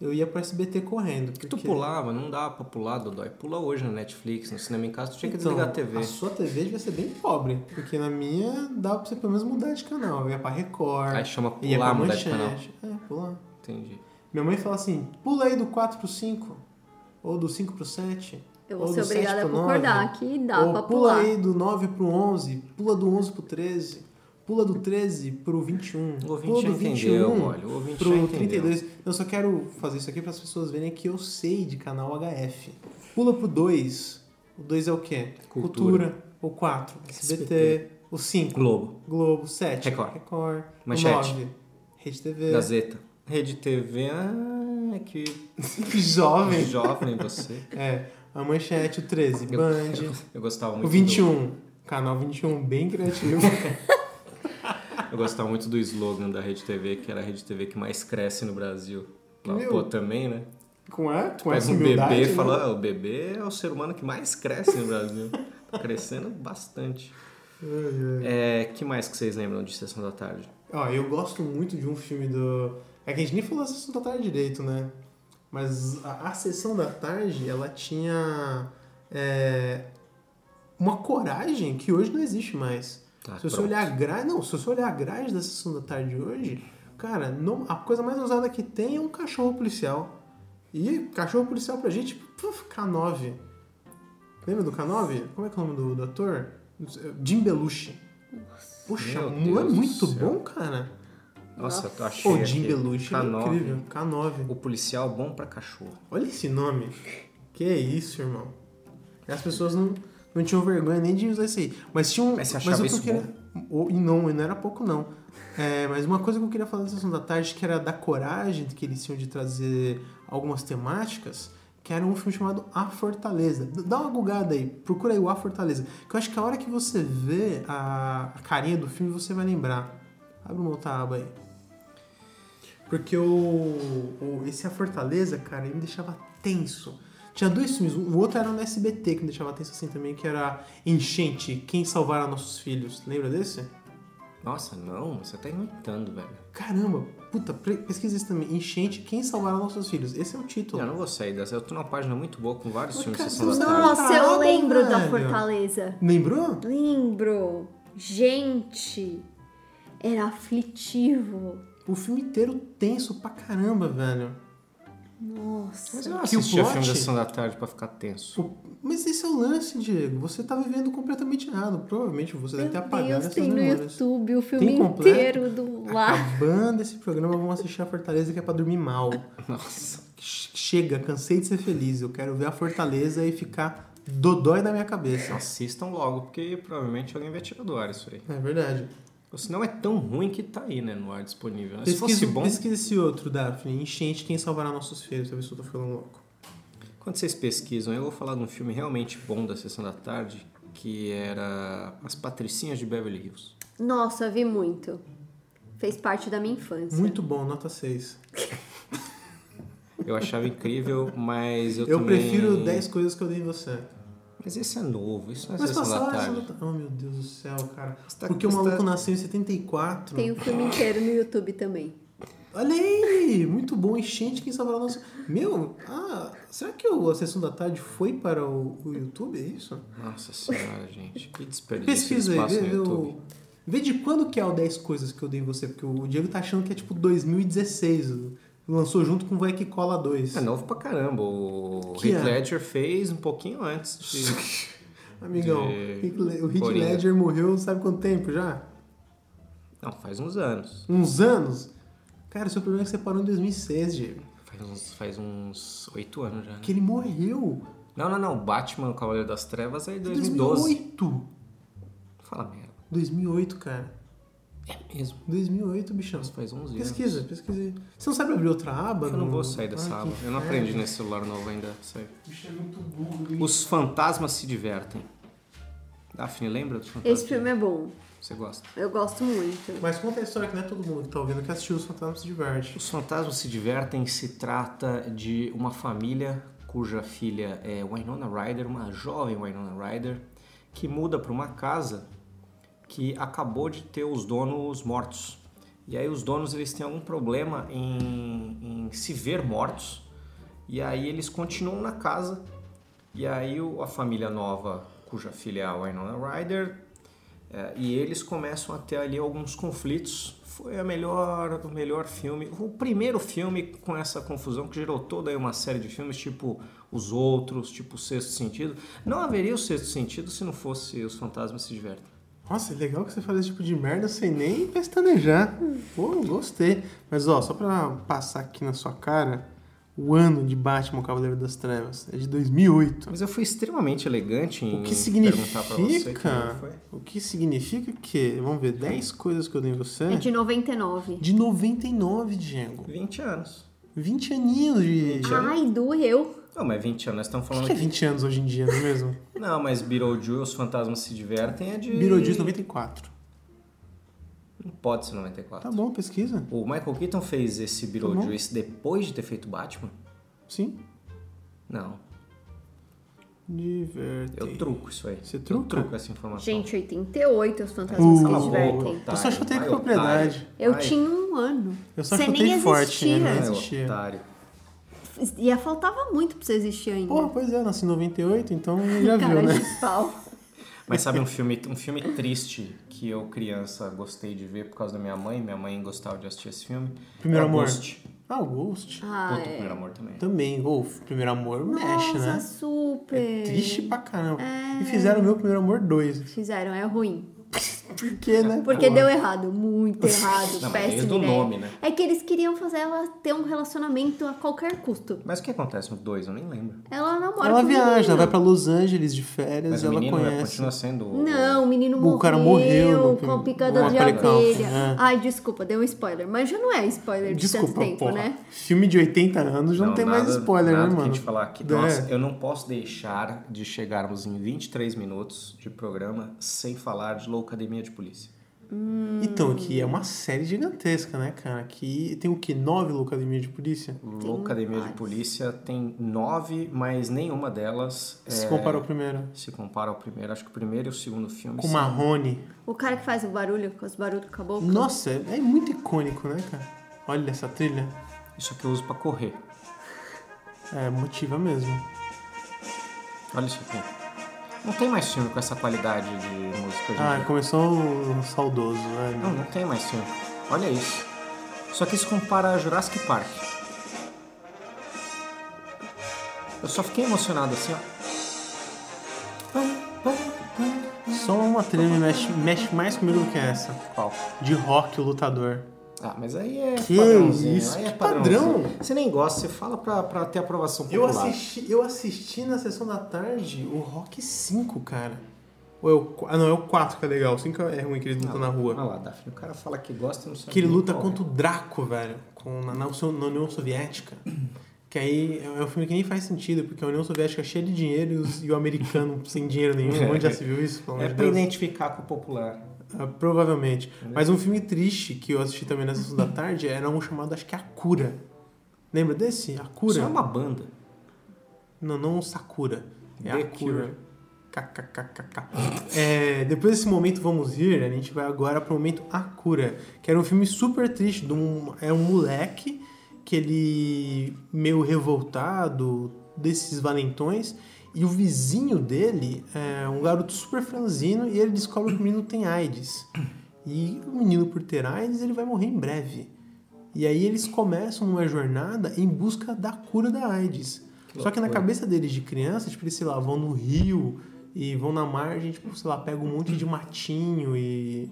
[SPEAKER 1] Eu ia pro SBT correndo. Porque...
[SPEAKER 2] Que tu pulava, não dá pra pular, Dodói. Pula hoje na Netflix, no cinema em casa, tu tinha que
[SPEAKER 1] Então,
[SPEAKER 2] desligar a TV.
[SPEAKER 1] A sua TV devia ser bem pobre. Porque na minha dá pra você pelo menos mudar de canal. Eu ia pra Record.
[SPEAKER 2] Aí chama pular,
[SPEAKER 1] ia pra
[SPEAKER 2] mudar de
[SPEAKER 1] Manchete. É, pular.
[SPEAKER 2] Entendi.
[SPEAKER 1] Minha mãe fala assim: pula aí do 4 pro 5. Ou do 5 pro 7.
[SPEAKER 3] Eu
[SPEAKER 1] ou
[SPEAKER 3] vou ser
[SPEAKER 1] do 7
[SPEAKER 3] obrigada a
[SPEAKER 1] pro
[SPEAKER 3] concordar
[SPEAKER 1] 9.
[SPEAKER 3] que dá
[SPEAKER 1] Ou
[SPEAKER 3] pra
[SPEAKER 1] pula
[SPEAKER 3] pular.
[SPEAKER 1] aí do 9 pro 11, pula do 11 pro 13, pula do 13 pro 21,
[SPEAKER 2] O ouvinte
[SPEAKER 1] pula
[SPEAKER 2] já
[SPEAKER 1] do um
[SPEAKER 2] entendeu, olha. O ouvinte já
[SPEAKER 1] pro
[SPEAKER 2] entendeu.
[SPEAKER 1] 32. Eu só quero fazer isso aqui para as pessoas verem que eu sei de canal HF. Pula pro 2. O 2 é o quê?
[SPEAKER 2] Cultura.
[SPEAKER 1] O 4, SBT.
[SPEAKER 2] SBT.
[SPEAKER 1] O 5,
[SPEAKER 2] Globo,
[SPEAKER 1] Globo. 7,
[SPEAKER 2] Record.
[SPEAKER 1] Record.
[SPEAKER 2] Manchete.
[SPEAKER 1] O 9, Rede TV.
[SPEAKER 2] Gazeta, Rede TV, ah, que
[SPEAKER 1] Que (laughs) jovem.
[SPEAKER 2] (laughs) jovem você.
[SPEAKER 1] É, a Manchete, o 13,
[SPEAKER 2] Eu-
[SPEAKER 1] Band.
[SPEAKER 2] Eu gostava muito
[SPEAKER 1] O 21, canal 21, bem criativo. (laughs)
[SPEAKER 2] Do, eu gostava muito do slogan da Rede TV, que era a Rede TV que mais cresce no Brasil. Lá,
[SPEAKER 1] Meu.
[SPEAKER 2] Pô, também, né?
[SPEAKER 1] Com, a, com
[SPEAKER 2] Mas
[SPEAKER 1] essa
[SPEAKER 2] um
[SPEAKER 1] humildade.
[SPEAKER 2] bebê
[SPEAKER 1] né?
[SPEAKER 2] fala, "Ah, o bebê é o ser humano que mais cresce no Brasil. Tá crescendo bastante.
[SPEAKER 1] Ai, ai.
[SPEAKER 2] É, que mais que vocês lembram de Sessão da Tarde?
[SPEAKER 1] Ó, eu gosto muito de um filme do. É que a gente nem falou da Sessão da Tarde direito, né? Mas a, a Sessão da Tarde, ela tinha. é, uma coragem que hoje não existe mais.
[SPEAKER 2] Tá,
[SPEAKER 1] se você
[SPEAKER 2] pronto.
[SPEAKER 1] olhar a grade. Não, se você olhar a grade da Sessão da Tarde hoje, cara, não- a coisa mais usada que tem é um cachorro policial. E cachorro policial pra gente, puf, K9. Lembra do K9? Como é que é o nome do, do ator? Jim Belushi. Puxa,
[SPEAKER 2] Meu
[SPEAKER 1] mu- é
[SPEAKER 2] Deus do
[SPEAKER 1] muito
[SPEAKER 2] céu.
[SPEAKER 1] bom, cara.
[SPEAKER 2] Nossa, eu achei
[SPEAKER 1] O Jim
[SPEAKER 2] aqui.
[SPEAKER 1] Belushi, ele é
[SPEAKER 2] K9.
[SPEAKER 1] incrível. K9.
[SPEAKER 2] O policial bom pra cachorro.
[SPEAKER 1] Olha esse nome. Que é isso, irmão. As pessoas não, não tinham vergonha nem de usar isso aí. Mas tinha um.
[SPEAKER 2] Mas você achava
[SPEAKER 1] eu
[SPEAKER 2] isso
[SPEAKER 1] queria- Ou- e não, e não era pouco, não. É, mas uma coisa que eu queria falar da sessão da tarde, que era da coragem que eles tinham de trazer algumas temáticas, que era um filme chamado A Fortaleza. D- Dá uma gugada aí, procura aí o A Fortaleza. Que eu acho que a hora que você vê a, a carinha do filme, você vai lembrar. Abre uma outra aba aí. Porque o, o- esse A Fortaleza, cara, ele me deixava tenso. Tinha dois filmes, o outro era no SBT que me deixava tenso assim também, que era Enchente, Quem Salvará Nossos Filhos. Lembra desse?
[SPEAKER 2] Nossa, não, você tá inventando, velho.
[SPEAKER 1] Caramba, puta, pre- pesquisa isso também. Enchente, Quem Salvará Nossos Filhos. Esse é o título.
[SPEAKER 2] Eu não vou sair dessa. Eu tô numa página muito boa com vários
[SPEAKER 1] Mas,
[SPEAKER 2] filmes
[SPEAKER 1] cara,
[SPEAKER 2] de Sessão
[SPEAKER 1] você
[SPEAKER 2] da
[SPEAKER 1] não-
[SPEAKER 2] Tarde.
[SPEAKER 3] Nossa, eu
[SPEAKER 1] parado,
[SPEAKER 3] lembro da
[SPEAKER 1] Tá velho.
[SPEAKER 3] Fortaleza.
[SPEAKER 1] Lembrou?
[SPEAKER 3] Lembro. Gente, era aflitivo.
[SPEAKER 1] O filme inteiro tenso pra caramba, velho.
[SPEAKER 3] Nossa.
[SPEAKER 2] Mas eu não
[SPEAKER 1] Que o
[SPEAKER 2] assistia
[SPEAKER 1] plot-
[SPEAKER 2] filme da Sessão da Tarde pra ficar tenso.
[SPEAKER 1] O- Mas esse é o lance, Diego. Você tá vivendo completamente errado. Provavelmente você deve ter
[SPEAKER 3] Meu
[SPEAKER 1] apagado
[SPEAKER 3] Deus,
[SPEAKER 1] tá essas
[SPEAKER 3] tem no
[SPEAKER 1] memórias.
[SPEAKER 3] YouTube o filme
[SPEAKER 1] completo?
[SPEAKER 3] inteiro do lá.
[SPEAKER 1] Acabando esse programa, vamos assistir a Fortaleza que é pra dormir mal.
[SPEAKER 2] Nossa.
[SPEAKER 1] Che- Chega, cansei de ser feliz. Eu quero ver a Fortaleza e ficar dodói na minha cabeça.
[SPEAKER 2] Assistam logo, porque provavelmente alguém vai tirar do ar isso aí.
[SPEAKER 1] É verdade.
[SPEAKER 2] O sinal é tão ruim que tá aí, né, no ar disponível. né? Se
[SPEAKER 1] Pesquisa,
[SPEAKER 2] fosse bom,
[SPEAKER 1] pesquisa esse outro, Daphne. Enchente, quem salvará nossos filhos? Talvez eu tô ficando louco.
[SPEAKER 2] quando vocês pesquisam, eu vou falar de um filme realmente bom da Sessão da Tarde, que era As Patricinhas de Beverly Hills.
[SPEAKER 3] Nossa, eu vi muito. Fez parte da minha infância.
[SPEAKER 1] Muito bom, nota 6.
[SPEAKER 2] Eu achava incrível, mas eu,
[SPEAKER 1] Eu,
[SPEAKER 2] também...
[SPEAKER 1] prefiro 10 coisas que eu dei em você.
[SPEAKER 2] Mas esse é novo, isso não é
[SPEAKER 1] Mas
[SPEAKER 2] Sessão da
[SPEAKER 1] passava essa
[SPEAKER 2] Tarde.
[SPEAKER 1] nota. Oh, meu Deus do céu, cara.
[SPEAKER 2] Você tá-
[SPEAKER 1] Porque o
[SPEAKER 2] você tá-
[SPEAKER 1] maluco nasceu em 74.
[SPEAKER 3] Tem o filme inteiro no YouTube também.
[SPEAKER 1] Olha aí! Muito bom, enchente quem salvará nossos. Meu, ah, será que o- a sessão da tarde foi para o, o YouTube? É isso?
[SPEAKER 2] Nossa senhora, gente. Que desperdício
[SPEAKER 1] Pesquisa
[SPEAKER 2] de
[SPEAKER 1] aí,
[SPEAKER 2] espaço
[SPEAKER 1] vê,
[SPEAKER 2] no
[SPEAKER 1] vê
[SPEAKER 2] YouTube.
[SPEAKER 1] o. Vê de quando que é o 10 coisas que eu dei em você, porque o Diego tá achando que é tipo 2016. Lançou junto com Vai Que Cola 2.
[SPEAKER 2] É novo pra caramba. O
[SPEAKER 1] Que
[SPEAKER 2] Heath
[SPEAKER 1] é?
[SPEAKER 2] Ledger fez um pouquinho antes
[SPEAKER 1] (laughs)
[SPEAKER 2] de...
[SPEAKER 1] Amigão,
[SPEAKER 2] de
[SPEAKER 1] Heath Le- o Heath
[SPEAKER 2] Coringa.
[SPEAKER 1] Ledger morreu sabe quanto tempo já?
[SPEAKER 2] Não, faz uns anos.
[SPEAKER 1] Uns anos? Cara, o seu problema é que você parou em 2006, Diego.
[SPEAKER 2] Faz uns, faz uns 8 anos já. né?
[SPEAKER 1] Que ele morreu.
[SPEAKER 2] Não, não, não. Batman, Cavaleiro das Trevas é em 2012.
[SPEAKER 1] 2008.
[SPEAKER 2] Fala merda.
[SPEAKER 1] 2008, cara.
[SPEAKER 2] É mesmo.
[SPEAKER 1] 2008, bichão.
[SPEAKER 2] Nossa, faz 11 anos.
[SPEAKER 1] Pesquisa, pesquisa aí. Você não sabe abrir outra aba?
[SPEAKER 2] Né? Eu não
[SPEAKER 1] no-
[SPEAKER 2] vou sair dessa
[SPEAKER 1] Ah, que
[SPEAKER 2] aba. Eu
[SPEAKER 1] inferno.
[SPEAKER 2] não aprendi nesse celular novo ainda. Isso aí.
[SPEAKER 1] Bicho é muito burro. hein?
[SPEAKER 2] Os fantasmas se divertem. Daphne, lembra dos fantasmas?
[SPEAKER 3] Esse filme é bom.
[SPEAKER 2] Você gosta?
[SPEAKER 3] Eu gosto muito.
[SPEAKER 1] Mas conta a história que não é todo mundo que tá ouvindo que assistiu Os Fantasmas se diverte.
[SPEAKER 2] Os fantasmas se divertem se trata de uma família cuja filha é Winona Ryder, uma jovem Winona Ryder, que muda para uma casa que acabou de ter os donos mortos. E aí os donos eles têm algum problema em, em se ver mortos. E aí eles continuam na casa. E aí o- a família nova, cuja filha é a Winona Ryder, é, e eles começam a ter ali alguns conflitos. Foi a melhor, o melhor filme, o primeiro filme com essa confusão que gerou toda aí uma série de filmes, tipo Os Outros, tipo O Sexto Sentido. Não haveria o Sexto Sentido se não fosse Os Fantasmas Se Divertem.
[SPEAKER 1] Nossa, é legal que você faz esse tipo de merda sem nem pestanejar. Pô, gostei. Mas ó, só pra passar aqui na sua cara, o ano de Batman, o Cavaleiro das Trevas é de 2008.
[SPEAKER 2] Mas eu fui extremamente elegante em
[SPEAKER 1] O que
[SPEAKER 2] perguntar pra você que ano foi.
[SPEAKER 1] significa... O que significa que... Vamos ver, 10 coisas que eu dei em você.
[SPEAKER 3] É de 99.
[SPEAKER 1] De 99, Diego.
[SPEAKER 2] 20 anos.
[SPEAKER 1] 20 aninhos de...
[SPEAKER 3] Ai, doeu.
[SPEAKER 2] Não, mas 20 anos, nós estamos
[SPEAKER 1] O
[SPEAKER 2] falando
[SPEAKER 1] que é
[SPEAKER 2] aqui.
[SPEAKER 1] 20 anos hoje em dia, não é mesmo?
[SPEAKER 2] Não, mas Beetlejuice, Os Fantasmas Se Divertem é de...
[SPEAKER 1] Beetlejuice 94.
[SPEAKER 2] Não pode ser 94.
[SPEAKER 1] Tá bom, Tá pesquisa.
[SPEAKER 2] O Michael Keaton fez esse Beetlejuice depois de ter feito Batman?
[SPEAKER 1] Sim.
[SPEAKER 2] Não. Eu
[SPEAKER 1] Divertido.
[SPEAKER 2] truco isso aí.
[SPEAKER 1] Você
[SPEAKER 2] Eu
[SPEAKER 1] truca?
[SPEAKER 2] truco essa informação.
[SPEAKER 3] Gente, 88 os fantasmas
[SPEAKER 1] Uh,
[SPEAKER 3] se
[SPEAKER 2] Cala a
[SPEAKER 3] divertem.
[SPEAKER 2] boca,
[SPEAKER 1] eu só chutei
[SPEAKER 2] Vai,
[SPEAKER 1] com propriedade.
[SPEAKER 2] otário.
[SPEAKER 3] Eu
[SPEAKER 2] Vai.
[SPEAKER 3] tinha um ano.
[SPEAKER 1] Eu só
[SPEAKER 3] Você
[SPEAKER 1] chutei
[SPEAKER 3] nem
[SPEAKER 1] forte, né?
[SPEAKER 3] existia. É, tá.
[SPEAKER 1] Não
[SPEAKER 2] Vai,
[SPEAKER 1] existia.
[SPEAKER 2] otário.
[SPEAKER 3] E faltava muito pra você existir ainda.
[SPEAKER 1] Pô, pois é, nasci em 98, então já
[SPEAKER 3] Cara
[SPEAKER 1] viu, né?
[SPEAKER 3] de pau.
[SPEAKER 2] Mas sabe um filme, um filme triste que eu, criança, gostei de ver por causa da minha mãe? Minha mãe gostava de assistir esse filme.
[SPEAKER 1] Primeiro
[SPEAKER 2] Era
[SPEAKER 1] Amor.
[SPEAKER 2] Ghost.
[SPEAKER 1] Ah, o Ghost.
[SPEAKER 3] Ah,
[SPEAKER 2] Puta,
[SPEAKER 3] é.
[SPEAKER 2] Primeiro Amor também.
[SPEAKER 1] Também, Golf. Primeiro amor mexe,
[SPEAKER 3] Nossa, É.
[SPEAKER 1] né?
[SPEAKER 3] super.
[SPEAKER 1] Triste pra caramba. E fizeram o meu primeiro amor 2.
[SPEAKER 3] Fizeram, é ruim.
[SPEAKER 1] Por quê, né?
[SPEAKER 3] Porque
[SPEAKER 1] Porra.
[SPEAKER 3] deu errado, muito errado,
[SPEAKER 2] Não, mas
[SPEAKER 3] péssimo.
[SPEAKER 2] desde o
[SPEAKER 3] ideia.
[SPEAKER 2] nome, né?
[SPEAKER 3] É que eles queriam fazer ela ter um relacionamento a qualquer custo.
[SPEAKER 2] Mas o que acontece nos dois? Eu nem lembro.
[SPEAKER 3] Ela namora
[SPEAKER 1] Ela
[SPEAKER 3] com o
[SPEAKER 1] viaja, ela vai
[SPEAKER 3] menino.
[SPEAKER 1] pra Los Angeles de férias,
[SPEAKER 2] Mas o
[SPEAKER 1] ela
[SPEAKER 2] menino é-
[SPEAKER 1] conhece.
[SPEAKER 2] continua sendo. o-
[SPEAKER 3] Não, o menino morreu,
[SPEAKER 1] O cara morreu no-
[SPEAKER 3] com a
[SPEAKER 2] no
[SPEAKER 3] picada de
[SPEAKER 2] Macaulay
[SPEAKER 1] Culkin,
[SPEAKER 3] abelha.
[SPEAKER 1] é.
[SPEAKER 3] Ai, desculpa, dei um spoiler. Mas já não é spoiler de tanto
[SPEAKER 1] Desculpa,
[SPEAKER 3] tempo,
[SPEAKER 1] porra.
[SPEAKER 3] né?
[SPEAKER 1] Filme de 80 anos já não, tem
[SPEAKER 2] nada-
[SPEAKER 1] mais spoiler, né,
[SPEAKER 2] nada Que a
[SPEAKER 1] mano?
[SPEAKER 2] gente falar aqui.
[SPEAKER 1] É.
[SPEAKER 2] Nossa, eu não posso deixar de chegarmos em 23 minutos de programa sem falar de Loucademia de Polícia.
[SPEAKER 1] Então, que é uma série gigantesca, né, cara? Que tem o quê? Nove locademia de polícia?
[SPEAKER 2] Loucademia de
[SPEAKER 3] vários.
[SPEAKER 2] Polícia tem nove, mas nenhuma delas é,
[SPEAKER 1] Se compara ao primeiro.
[SPEAKER 2] se compara ao primeiro. Acho que o primeiro e o segundo filme
[SPEAKER 1] Com
[SPEAKER 2] são-
[SPEAKER 1] Marrone.
[SPEAKER 3] O cara que faz o barulho, com os barulhos com a boca.
[SPEAKER 1] Nossa, é, é muito icônico, né, cara? Olha essa trilha.
[SPEAKER 2] Isso aqui eu uso pra correr.
[SPEAKER 1] É, motiva mesmo.
[SPEAKER 2] Olha isso aqui. Não tem mais filme com essa qualidade de música. hoje em
[SPEAKER 1] Ah,
[SPEAKER 2] dia.
[SPEAKER 1] começou o saudoso, né?
[SPEAKER 2] Não, não tem mais filme. Olha isso. Só que isso compara a Jurassic Park. Eu só fiquei emocionado assim, ó.
[SPEAKER 1] Só uma trilha me mexe, mexe mais comigo do que essa.
[SPEAKER 2] Qual?
[SPEAKER 1] De rock, o lutador.
[SPEAKER 2] Ah, mas aí é
[SPEAKER 1] Que
[SPEAKER 2] padrãozinho.
[SPEAKER 1] isso,
[SPEAKER 2] aí
[SPEAKER 1] que
[SPEAKER 2] é padrãozinho.
[SPEAKER 1] padrão?
[SPEAKER 2] Você nem gosta, você fala pra, pra ter aprovação popular.
[SPEAKER 1] Eu assisti, eu assisti na sessão da tarde o Rock 5, cara. Ou é o, qu- ah, não, é o 4 que é legal. O 5 é ruim, que eles lutam na rua.
[SPEAKER 2] Olha lá, Daphne, o cara fala que gosta e não sabe.
[SPEAKER 1] Que ele
[SPEAKER 2] nem
[SPEAKER 1] luta
[SPEAKER 2] qual é.
[SPEAKER 1] contra o Draco, velho, com, na, na, União- na União Soviética. Que aí é um filme que nem faz sentido, porque a União Soviética é cheia de dinheiro e, os- e o americano (laughs) sem dinheiro nenhum. Onde já se viu isso, pelo amor
[SPEAKER 2] É
[SPEAKER 1] de
[SPEAKER 2] pra
[SPEAKER 1] Deus?
[SPEAKER 2] identificar com o popular.
[SPEAKER 1] Ah, provavelmente. Mas um filme triste que eu assisti também na sessão da tarde era um chamado, acho que A Cura. Lembra desse? A
[SPEAKER 2] Isso
[SPEAKER 1] Cura?
[SPEAKER 2] é uma banda.
[SPEAKER 1] Não, não o Sakura. É
[SPEAKER 2] The
[SPEAKER 1] a cura. KKKKK. É, depois desse momento vamos ir, a gente vai agora pro momento A Cura, que era um filme super triste, de um, é um moleque que ele meio revoltado desses valentões e o vizinho dele é um garoto super franzino e ele descobre que o menino tem AIDS. E o menino por ter AIDS, ele vai morrer em breve. E aí eles começam uma jornada em busca da cura da AIDS. Só que na cabeça deles de criança, tipo, eles, sei lá, vão no rio e vão na margem, tipo, sei lá, pega um monte de matinho e,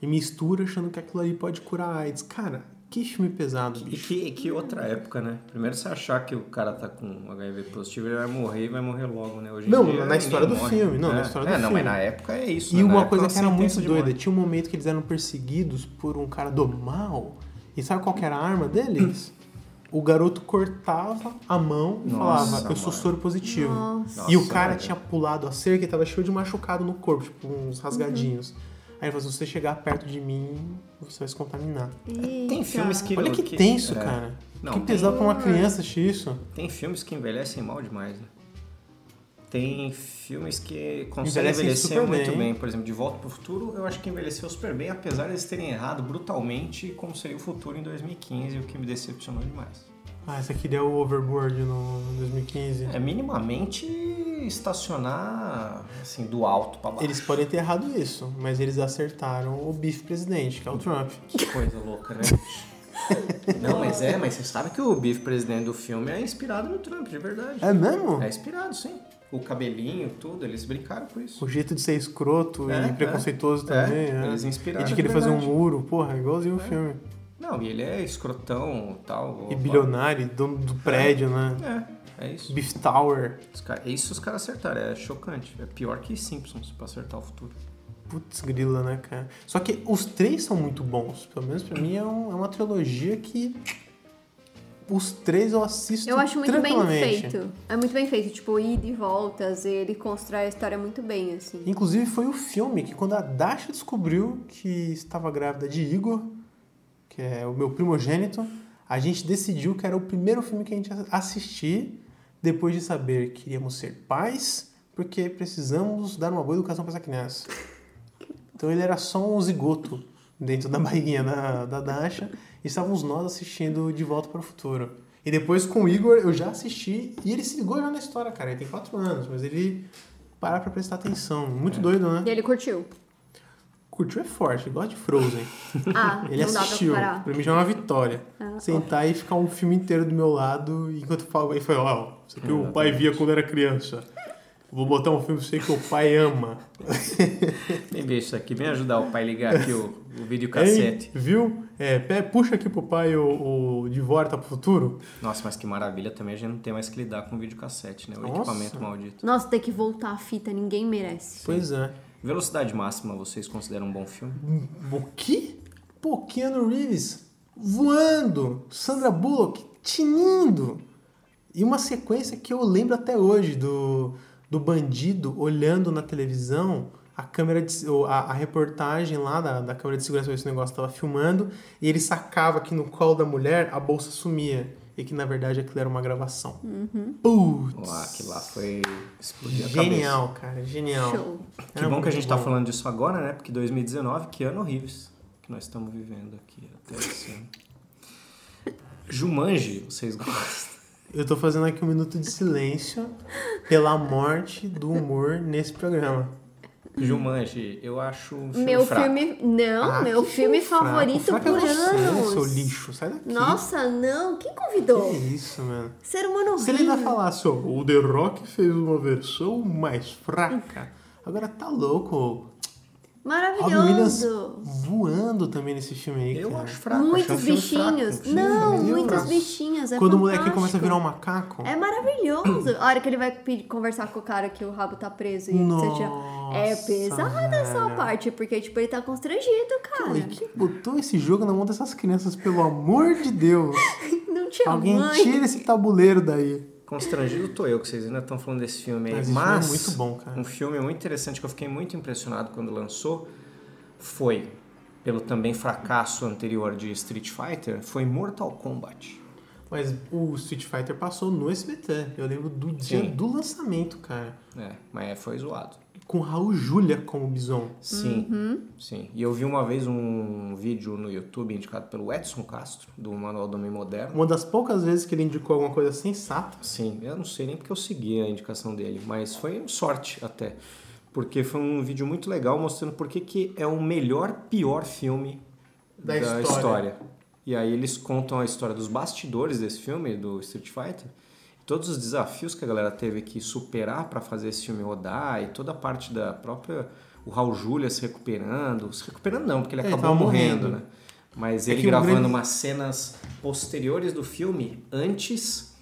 [SPEAKER 1] e mistura achando que aquilo ali pode curar a AIDS. Cara, Que filme pesado,
[SPEAKER 2] E
[SPEAKER 1] bicho.
[SPEAKER 2] que, que outra época, né? Primeiro você achar que o cara tá com HIV positivo, ele vai morrer e vai morrer logo, né? Hoje em
[SPEAKER 1] Não,
[SPEAKER 2] dia,
[SPEAKER 1] na
[SPEAKER 2] ninguém
[SPEAKER 1] história do
[SPEAKER 2] morre,
[SPEAKER 1] filme, não,
[SPEAKER 2] né?
[SPEAKER 1] na história do
[SPEAKER 2] É, Não,
[SPEAKER 1] filme.
[SPEAKER 2] mas na época é isso.
[SPEAKER 1] E
[SPEAKER 2] né? Na
[SPEAKER 1] uma
[SPEAKER 2] época
[SPEAKER 1] coisa
[SPEAKER 2] ela
[SPEAKER 1] que era muito
[SPEAKER 2] sentença de morte.
[SPEAKER 1] doida, tinha um momento que eles eram perseguidos por um cara do mal, e sabe qual que era a arma deles? O garoto cortava a mão e
[SPEAKER 2] Nossa,
[SPEAKER 1] falava, eu sou
[SPEAKER 2] mano.
[SPEAKER 1] soro positivo.
[SPEAKER 3] Nossa.
[SPEAKER 1] E o
[SPEAKER 2] Nossa, é.
[SPEAKER 1] cara
[SPEAKER 2] velho.
[SPEAKER 1] tinha pulado a cerca e tava cheio de machucado no corpo, tipo uns
[SPEAKER 2] Uhum.
[SPEAKER 1] rasgadinhos. Aí ele falou, se você chegar perto de mim, você vai se contaminar.
[SPEAKER 2] Tem
[SPEAKER 3] Eita.
[SPEAKER 2] filmes que...
[SPEAKER 1] Olha que, tenso,
[SPEAKER 2] é.
[SPEAKER 1] cara.
[SPEAKER 2] Não,
[SPEAKER 1] que
[SPEAKER 2] tem-
[SPEAKER 1] pesado pra uma criança assistir isso.
[SPEAKER 2] Tem filmes que envelhecem mal demais, né? Tem filmes que conseguem
[SPEAKER 1] Envelhecem
[SPEAKER 2] envelhecer
[SPEAKER 1] super
[SPEAKER 2] muito
[SPEAKER 1] bem.
[SPEAKER 2] bem. Por exemplo, De Volta pro Futuro, eu acho que envelheceu super bem, apesar de eles terem errado brutalmente como seria o futuro em 2015, o que me decepcionou demais.
[SPEAKER 1] Ah, esse aqui deu o overboard no 2015.
[SPEAKER 2] É minimamente estacionar assim do alto pra baixo.
[SPEAKER 1] Eles podem ter errado isso, mas eles acertaram o bife presidente, que é o Trump.
[SPEAKER 2] Que coisa
[SPEAKER 1] (laughs)
[SPEAKER 2] louca, né? Não, mas é, mas você sabe que o Biff presidente do filme é inspirado no Trump, de verdade.
[SPEAKER 1] É mesmo?
[SPEAKER 2] É inspirado, sim. O cabelinho, tudo, eles brincaram com isso.
[SPEAKER 1] O jeito de ser escroto
[SPEAKER 2] É,
[SPEAKER 1] e
[SPEAKER 2] é.
[SPEAKER 1] preconceituoso também.
[SPEAKER 2] É,
[SPEAKER 1] É.
[SPEAKER 2] eles inspiraram,
[SPEAKER 1] E de querer
[SPEAKER 2] é
[SPEAKER 1] fazer um
[SPEAKER 2] verdade.
[SPEAKER 1] muro, porra, igualzinho o
[SPEAKER 2] É.
[SPEAKER 1] filme.
[SPEAKER 2] Não, e ele é escrotão tal.
[SPEAKER 1] E bilionário, dono do prédio, né?
[SPEAKER 2] É, é isso.
[SPEAKER 1] Beef Tower.
[SPEAKER 2] Os cara- isso os caras acertaram, é chocante. É pior que Simpsons pra acertar o futuro.
[SPEAKER 1] Putz, grila, né, cara? Só que os três são muito bons. Pelo menos pra mim é, um- é uma trilogia que. Os três eu assisto
[SPEAKER 3] Eu acho muito bem
[SPEAKER 1] tranquilamente.
[SPEAKER 3] feito. É muito bem feito, tipo, ida e voltas, ele constrói a história muito bem, assim.
[SPEAKER 1] Inclusive foi o filme que quando a Dasha descobriu que estava grávida de Igor, que é o meu primogênito, a gente decidiu que era o primeiro filme que a gente ia assistir depois de saber que iríamos ser pais, porque precisamos dar uma boa educação para essa criança. Então ele era só um zigoto dentro da barriguinha da, da Dasha e estávamos nós assistindo De Volta para o Futuro. E depois com o Igor eu já assisti e ele se ligou já na história, cara. Ele tem quatro anos, mas ele parar pra prestar atenção. Muito doido,
[SPEAKER 3] E
[SPEAKER 1] né?
[SPEAKER 3] ele curtiu.
[SPEAKER 1] Curtiu é forte, ele gosta de Frozen.
[SPEAKER 3] Ah,
[SPEAKER 1] (laughs) Ele
[SPEAKER 3] não
[SPEAKER 1] assistiu.
[SPEAKER 3] dá pra comparar. Ah.
[SPEAKER 1] Pra mim já é uma vitória. Sentar e ficar um filme inteiro do meu lado enquanto eu falo. Ele falou: Ó, isso aqui o pai via quando era criança. Vou botar um filme pra você que o pai ama.
[SPEAKER 2] Vem ver isso aqui, vem ajudar o pai a ligar aqui o, o
[SPEAKER 1] (laughs) Hein?
[SPEAKER 2] videocassete.
[SPEAKER 1] Viu? É, pé- puxa aqui pro pai o, o De Volta pro Futuro.
[SPEAKER 2] Nossa, mas que maravilha também, a gente não tem mais que lidar com videocassete, né? O
[SPEAKER 1] Nossa.
[SPEAKER 2] equipamento maldito.
[SPEAKER 3] Nossa, ter que voltar a fita, ninguém merece.
[SPEAKER 1] Pois é.
[SPEAKER 2] Velocidade máxima, vocês consideram um bom filme?
[SPEAKER 1] O quê? Pô, Keanu Reeves voando, Sandra Bullock tinindo. E uma sequência que eu lembro até hoje do, do bandido olhando na televisão a câmera de, ou a, a reportagem lá da, da câmera de segurança pra ver se o negócio tava filmando e ele sacava que no colo da mulher a bolsa sumia e que na verdade aquilo era uma gravação. Putz.
[SPEAKER 2] Ah, que lá foi explodir a cabeça.
[SPEAKER 1] Genial, cara, genial.
[SPEAKER 3] Show.
[SPEAKER 2] Que
[SPEAKER 1] Era
[SPEAKER 2] bom que a
[SPEAKER 1] muito
[SPEAKER 2] gente tá
[SPEAKER 1] bom.
[SPEAKER 2] falando disso agora, né? Porque 2019, que ano horríveis que nós estamos vivendo aqui até esse ano. Jumanji, vocês gostam?
[SPEAKER 1] Eu tô fazendo aqui um minuto de silêncio pela morte do humor nesse programa.
[SPEAKER 2] Jumanji, eu acho um filme
[SPEAKER 3] Meu
[SPEAKER 2] fraco.
[SPEAKER 3] filme. Não,
[SPEAKER 1] Ah,
[SPEAKER 3] meu
[SPEAKER 1] que
[SPEAKER 3] filme
[SPEAKER 1] fraco.
[SPEAKER 3] favorito
[SPEAKER 1] Fraco é
[SPEAKER 3] por
[SPEAKER 1] você,
[SPEAKER 3] anos.
[SPEAKER 1] Seu lixo, sai daqui.
[SPEAKER 3] Nossa, não. Quem
[SPEAKER 1] Que
[SPEAKER 3] convidou?
[SPEAKER 1] isso, mano.
[SPEAKER 3] Ser humano
[SPEAKER 1] Se
[SPEAKER 3] horrível.
[SPEAKER 1] ele ainda falasse, ó, o The Rock fez uma versão mais fraca. Agora tá louco. Robin Williams
[SPEAKER 3] Maravilhoso.
[SPEAKER 1] voando também nesse filme aí.
[SPEAKER 2] Eu
[SPEAKER 1] cara.
[SPEAKER 2] acho fraco. achei um
[SPEAKER 3] muitos
[SPEAKER 2] filme
[SPEAKER 3] bichinhos.
[SPEAKER 2] fraco, achei um
[SPEAKER 3] não,
[SPEAKER 2] filme meio
[SPEAKER 3] muitas
[SPEAKER 2] fraco.
[SPEAKER 3] bichinhas. É
[SPEAKER 1] Quando o molequinho
[SPEAKER 3] moleque
[SPEAKER 1] começa a virar um macaco.
[SPEAKER 3] É maravilhoso. A hora que ele vai pe- conversar com o cara que o rabo tá preso e você tira. É
[SPEAKER 1] Nossa,
[SPEAKER 3] pesada essa
[SPEAKER 1] velho.
[SPEAKER 3] parte, porque tipo, ele tá constrangido, cara.
[SPEAKER 1] Pô, e quem botou esse jogo na mão dessas crianças, pelo amor de Deus?
[SPEAKER 3] (laughs) Não tinha
[SPEAKER 1] Alguém
[SPEAKER 3] mãe.
[SPEAKER 1] tira esse tabuleiro daí.
[SPEAKER 2] Constrangido tô eu, que vocês ainda estão falando desse filme aí.
[SPEAKER 1] Mas esse
[SPEAKER 2] Mas,
[SPEAKER 1] filme é muito bom, cara.
[SPEAKER 2] um filme muito interessante que eu fiquei muito impressionado quando lançou foi, pelo também fracasso anterior de Street Fighter, foi Mortal Kombat.
[SPEAKER 1] Mas o Street Fighter passou no SBT. Eu lembro do dia
[SPEAKER 2] Sim.
[SPEAKER 1] do lançamento, cara.
[SPEAKER 2] É, mas foi zoado.
[SPEAKER 1] Com Raul Júlia como bison.
[SPEAKER 2] Sim,
[SPEAKER 3] Uhum.
[SPEAKER 2] sim. E eu vi uma vez um vídeo no YouTube indicado pelo Edson Castro, do Manual do Homem Moderno.
[SPEAKER 1] Uma das poucas vezes que ele indicou alguma coisa sensata.
[SPEAKER 2] Sim, eu não sei nem porque eu segui a indicação dele, mas foi um sorte até. Porque foi um vídeo muito legal mostrando por que, que é o melhor, pior filme
[SPEAKER 1] Da
[SPEAKER 2] da,
[SPEAKER 1] história.
[SPEAKER 2] história. E aí eles contam a história dos bastidores desse filme, do Street Fighter. Todos os desafios que a galera teve que superar para fazer esse filme rodar e toda a parte da própria. O Raul Júlia se recuperando. Se recuperando não, porque ele
[SPEAKER 1] É, ele
[SPEAKER 2] acabou
[SPEAKER 1] tava
[SPEAKER 2] morrendo,
[SPEAKER 1] morrendo.
[SPEAKER 2] né? Mas
[SPEAKER 1] É
[SPEAKER 2] ele
[SPEAKER 1] que o
[SPEAKER 2] gravando
[SPEAKER 1] grande-
[SPEAKER 2] umas cenas posteriores do filme, antes,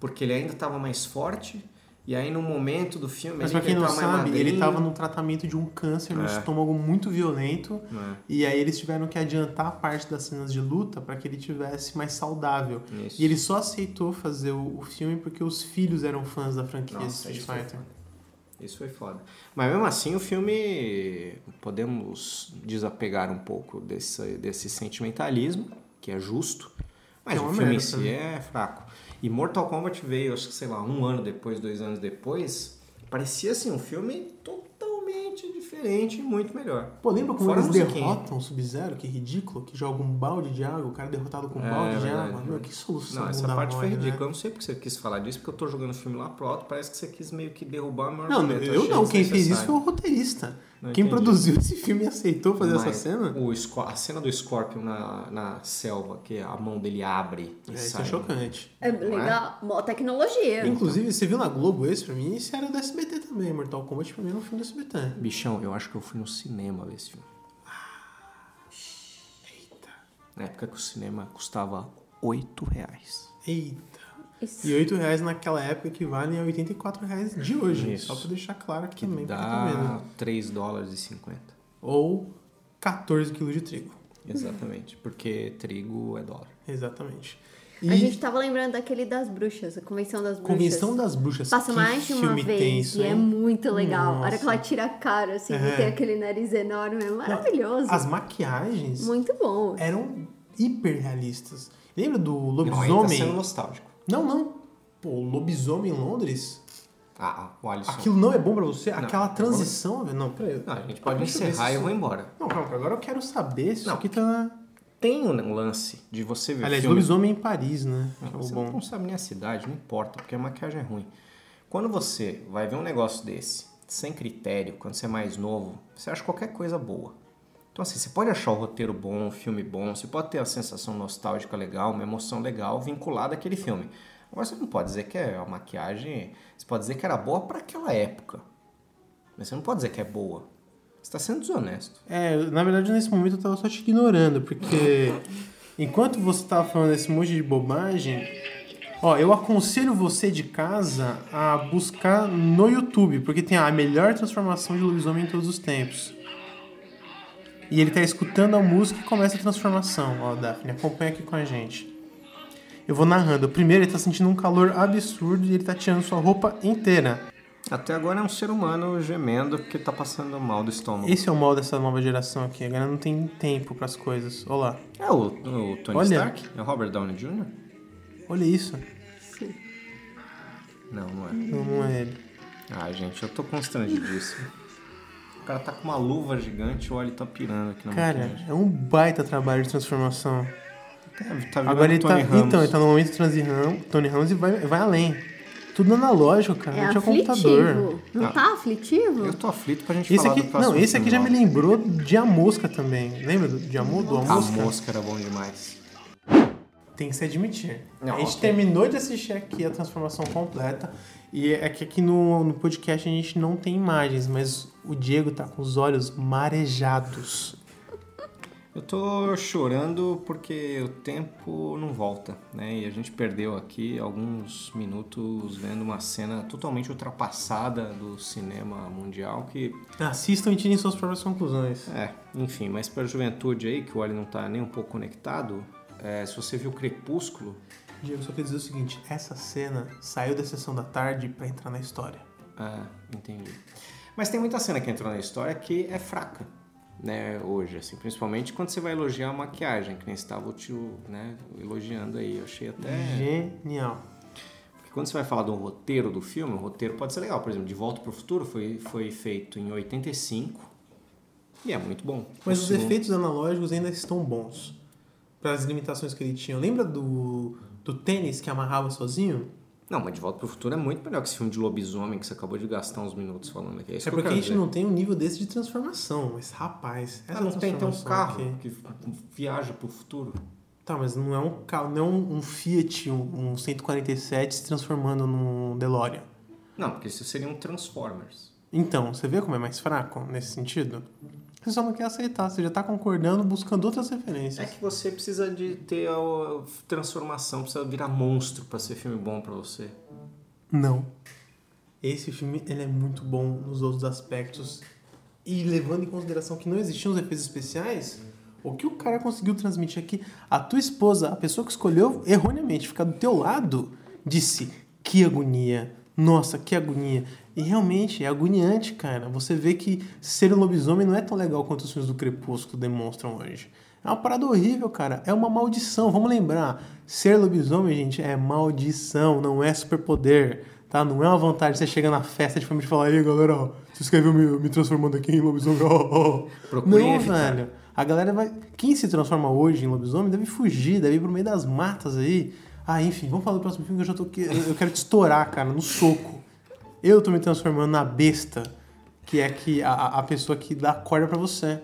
[SPEAKER 2] porque ele ainda estava mais forte. E aí no momento do filme.
[SPEAKER 1] Mas
[SPEAKER 2] ali,
[SPEAKER 1] pra
[SPEAKER 2] que
[SPEAKER 1] quem não
[SPEAKER 2] tava mais
[SPEAKER 1] sabe, ele
[SPEAKER 2] magrinho,
[SPEAKER 1] tava num tratamento de um câncer no
[SPEAKER 2] É.
[SPEAKER 1] estômago muito violento.
[SPEAKER 2] né?
[SPEAKER 1] E aí eles tiveram que adiantar a parte das cenas de luta para que ele tivesse mais saudável.
[SPEAKER 2] Isso.
[SPEAKER 1] E ele só aceitou fazer o, o filme porque os filhos eram fãs da franquia
[SPEAKER 2] Nossa,
[SPEAKER 1] Street
[SPEAKER 2] isso é foi
[SPEAKER 1] Fighter.
[SPEAKER 2] foda. Isso foi foda. Mas mesmo assim, o filme. Podemos desapegar um pouco desse, desse sentimentalismo, que é justo, mas
[SPEAKER 1] É uma
[SPEAKER 2] o filme em
[SPEAKER 1] merda,
[SPEAKER 2] si
[SPEAKER 1] sabe?
[SPEAKER 2] é fraco. E Mortal Kombat veio, acho que sei lá, um ano depois, dois anos depois. Parecia assim, um filme totalmente diferente e muito melhor.
[SPEAKER 1] Pô, lembra como
[SPEAKER 2] Fora a
[SPEAKER 1] eles
[SPEAKER 2] musiquinha.
[SPEAKER 1] derrotam o Sub-Zero? Que ridículo, que joga um balde de água, o cara é derrotado com um
[SPEAKER 2] É,
[SPEAKER 1] balde de
[SPEAKER 2] verdade,
[SPEAKER 1] água. Meu, que solução
[SPEAKER 2] Não, essa
[SPEAKER 1] bunda
[SPEAKER 2] parte foi
[SPEAKER 1] mole, né?
[SPEAKER 2] ridícula. Eu não sei porque você quis falar disso, porque eu tô jogando o filme lá pro alto, parece que você quis meio que derrubar a maior
[SPEAKER 1] Não,
[SPEAKER 2] treta,
[SPEAKER 1] eu
[SPEAKER 2] achei
[SPEAKER 1] não. Quem fez isso
[SPEAKER 2] desnecessário.
[SPEAKER 1] foi o roteirista.
[SPEAKER 2] Não
[SPEAKER 1] quem
[SPEAKER 2] entendi.
[SPEAKER 1] produziu esse filme e aceitou fazer essa
[SPEAKER 2] Mas
[SPEAKER 1] cena?
[SPEAKER 2] o Sco- a cena do Scorpion na, na selva, que a mão dele abre e
[SPEAKER 1] É, isso
[SPEAKER 2] sai.
[SPEAKER 1] é chocante.
[SPEAKER 3] É legal. Mó tecnologia.
[SPEAKER 1] Inclusive, você viu na Globo esse pra mim? Isso era do SBT também. Mortal Kombat pra mim era um filme do SBT.
[SPEAKER 2] Bichão, eu acho que eu fui no cinema ver esse filme. Na época que o cinema custava 8 reais.
[SPEAKER 1] Eita.
[SPEAKER 3] Isso.
[SPEAKER 1] E 8 reais naquela época é equivale a 84 reais de hoje.
[SPEAKER 2] Isso.
[SPEAKER 1] Só pra deixar claro aqui
[SPEAKER 2] Que
[SPEAKER 1] também. pra quem tá
[SPEAKER 2] dá
[SPEAKER 1] vendo.
[SPEAKER 2] 3 dólares e 50.
[SPEAKER 1] Ou 14 quilos de trigo.
[SPEAKER 2] Exatamente, porque trigo é dólar.
[SPEAKER 1] Exatamente.
[SPEAKER 3] A
[SPEAKER 1] E
[SPEAKER 3] gente tava lembrando daquele das bruxas, a Convenção das Bruxas.
[SPEAKER 1] Convenção das Bruxas.
[SPEAKER 3] Passa
[SPEAKER 1] que
[SPEAKER 3] mais de uma
[SPEAKER 1] filme
[SPEAKER 3] vez
[SPEAKER 1] tenso,
[SPEAKER 3] e é
[SPEAKER 1] hein?
[SPEAKER 3] muito legal. A hora que
[SPEAKER 1] Nossa.
[SPEAKER 3] ela tira a cara, assim,
[SPEAKER 1] É.
[SPEAKER 3] e tem aquele nariz enorme, é maravilhoso.
[SPEAKER 1] As É, maquiagens
[SPEAKER 3] Muito bom.
[SPEAKER 1] eram hiperrealistas. Lembra do
[SPEAKER 2] Não, aí tá
[SPEAKER 1] lobisomem?
[SPEAKER 2] sendo nostálgico.
[SPEAKER 1] Não, não. Pô, o lobisomem em Londres?
[SPEAKER 2] Ah, ah, o Alisson.
[SPEAKER 1] Aquilo não é bom pra você?
[SPEAKER 2] Não,
[SPEAKER 1] Aquela
[SPEAKER 2] não.
[SPEAKER 1] transição, velho? Não, peraí.
[SPEAKER 2] Não, a gente pode
[SPEAKER 1] Deixa eu ver
[SPEAKER 2] encerrar
[SPEAKER 1] se é
[SPEAKER 2] e eu
[SPEAKER 1] isso-
[SPEAKER 2] vou embora.
[SPEAKER 1] Não, calma, agora eu quero saber se isso
[SPEAKER 2] Não.
[SPEAKER 1] aqui tá na...
[SPEAKER 2] Tem um lance de você ver
[SPEAKER 1] Aliás,
[SPEAKER 2] filme
[SPEAKER 1] lobisomem em Paris, né? Que é o
[SPEAKER 2] Você
[SPEAKER 1] bom.
[SPEAKER 2] não sabe nem a cidade, não importa, porque a maquiagem é ruim. Quando você vai ver um negócio desse, sem critério, quando você é mais novo, você acha qualquer coisa boa. Então, assim, você pode achar o roteiro bom, o filme bom, você pode ter a sensação nostálgica legal, uma emoção legal vinculada àquele filme. Agora, você não pode dizer que é a maquiagem. Você pode dizer que era boa para aquela época. Mas você não pode dizer que é boa. Você está sendo desonesto.
[SPEAKER 1] É, eu- na verdade, nesse momento eu tava só te ignorando, porque enquanto você tava falando esse monte de bobagem, ó, eu aconselho você de casa a buscar no YouTube, porque tem a melhor transformação de lobisomem em todos os tempos. E ele tá escutando a música e começa a transformação. Ó, Daphne, acompanha aqui com a gente. Eu vou narrando. Primeiro, ele tá sentindo um calor absurdo e ele tá tirando sua roupa inteira.
[SPEAKER 2] Até agora é um ser humano gemendo porque tá passando mal do estômago.
[SPEAKER 1] Esse é o mal dessa nova geração aqui. A galera não tem tempo pras coisas. Olha lá.
[SPEAKER 2] É o, o Tony
[SPEAKER 1] Olha.
[SPEAKER 2] Stark? É o Robert Downey Jr.?
[SPEAKER 1] Olha isso.
[SPEAKER 2] Não, não é.
[SPEAKER 1] Não, não é ele.
[SPEAKER 2] Ah, gente, eu tô constrangidíssimo. O cara tá com uma luva gigante, o olho tá pirando aqui na
[SPEAKER 1] Cara,
[SPEAKER 2] maquiagem.
[SPEAKER 1] é um baita trabalho de transformação.
[SPEAKER 2] Tá, tá virando
[SPEAKER 1] Agora ele tá.
[SPEAKER 2] Tony Ramos.
[SPEAKER 1] Então, ele tá no momento de transi Ram- Tony Ramos e vai, vai além. Tudo analógico, cara.
[SPEAKER 3] é
[SPEAKER 1] não tinha
[SPEAKER 3] aflitivo.
[SPEAKER 1] um computador.
[SPEAKER 3] Não
[SPEAKER 2] Ah.
[SPEAKER 3] tá aflitivo?
[SPEAKER 2] Eu tô aflito pra gente
[SPEAKER 1] Esse
[SPEAKER 2] falar
[SPEAKER 1] aqui,
[SPEAKER 2] do próximo
[SPEAKER 1] não, esse aqui já
[SPEAKER 2] filme,
[SPEAKER 1] me lembrou de A Mosca também. Lembra do, de A, Mo- do A
[SPEAKER 2] ó. A
[SPEAKER 1] Mosca?
[SPEAKER 2] mosca era bom demais.
[SPEAKER 1] Tem que se admitir.
[SPEAKER 2] Não,
[SPEAKER 1] a gente
[SPEAKER 2] ok.
[SPEAKER 1] terminou de assistir aqui a transformação completa. E é que aqui no, no podcast a gente não tem imagens, mas o Diego tá com os olhos marejados.
[SPEAKER 2] Eu tô chorando porque o tempo não volta, né? E a gente perdeu aqui alguns minutos vendo uma cena totalmente ultrapassada do cinema mundial que
[SPEAKER 1] Assistam e tirem suas próprias conclusões.
[SPEAKER 2] É, enfim, mas pra juventude aí, que o Oli não tá nem um pouco conectado, é, se você viu Crepúsculo,
[SPEAKER 1] Diego, só queria dizer o seguinte: essa cena saiu da sessão da tarde pra entrar na história.
[SPEAKER 2] ah, entendi. Mas tem muita cena que entrou na história que é fraca, né, hoje, assim, principalmente quando você vai elogiar a maquiagem, que nem estava o tio, né, elogiando aí, eu achei
[SPEAKER 1] É.
[SPEAKER 2] até...
[SPEAKER 1] Genial.
[SPEAKER 2] Porque quando você vai falar do roteiro do filme, o roteiro pode ser legal, por exemplo, De Volta pro Futuro foi, foi feito em 85 e é muito bom.
[SPEAKER 1] Mas
[SPEAKER 2] O
[SPEAKER 1] os
[SPEAKER 2] segundo-
[SPEAKER 1] efeitos analógicos ainda estão bons para as limitações que ele tinha. Lembra do, do tênis que amarrava sozinho?
[SPEAKER 2] Não, mas De Volta pro Futuro é muito melhor que esse filme de lobisomem que você acabou de gastar uns minutos falando aqui. É, isso
[SPEAKER 1] É
[SPEAKER 2] que eu
[SPEAKER 1] porque a
[SPEAKER 2] quero
[SPEAKER 1] gente
[SPEAKER 2] dizer.
[SPEAKER 1] não tem um nível desse de transformação. Mas, rapaz, essa
[SPEAKER 2] Ah, não tem então um
[SPEAKER 1] transformação
[SPEAKER 2] carro
[SPEAKER 1] aqui-
[SPEAKER 2] que viaja pro futuro.
[SPEAKER 1] Tá, mas não é um carro, não é um, um Fiat, um, um 147 se transformando num DeLorean.
[SPEAKER 2] Não, porque isso seria um Transformers.
[SPEAKER 1] Então, você vê como é mais fraco nesse sentido? Você só não quer aceitar, você já tá concordando, buscando outras
[SPEAKER 2] É
[SPEAKER 1] referências.
[SPEAKER 2] que você precisa de ter a transformação, precisa virar monstro pra ser filme bom pra você.
[SPEAKER 1] Não. Esse filme ele é muito bom nos outros aspectos. E levando em consideração que não existiam os efeitos especiais, o que o cara conseguiu transmitir aqui, a tua esposa, a pessoa que escolheu erroneamente ficar do teu lado, disse: "Que agonia. Nossa, que agonia". E realmente é agoniante, cara. Você vê que ser um lobisomem não é tão legal quanto os filmes do Crepúsculo demonstram hoje. É uma parada horrível, cara. É uma maldição. Vamos lembrar. Ser lobisomem, gente, é maldição, não é superpoder. Tá? Não é uma vantagem você chega na festa de família e fala, aí galera, ó, se inscreveu me, me transformando aqui em lobisomem. (laughs) ó, ó, ó."
[SPEAKER 2] Procurem
[SPEAKER 1] não,
[SPEAKER 2] evitar.
[SPEAKER 1] velho. A galera vai. Quem se transforma hoje em lobisomem deve fugir, deve ir pro meio das matas aí. Ah, enfim, vamos falar do próximo filme que eu já tô. que- Eu eu quero te estourar, cara, no soco. Eu tô me transformando na besta, que é que a- a, a pessoa que dá corda pra você.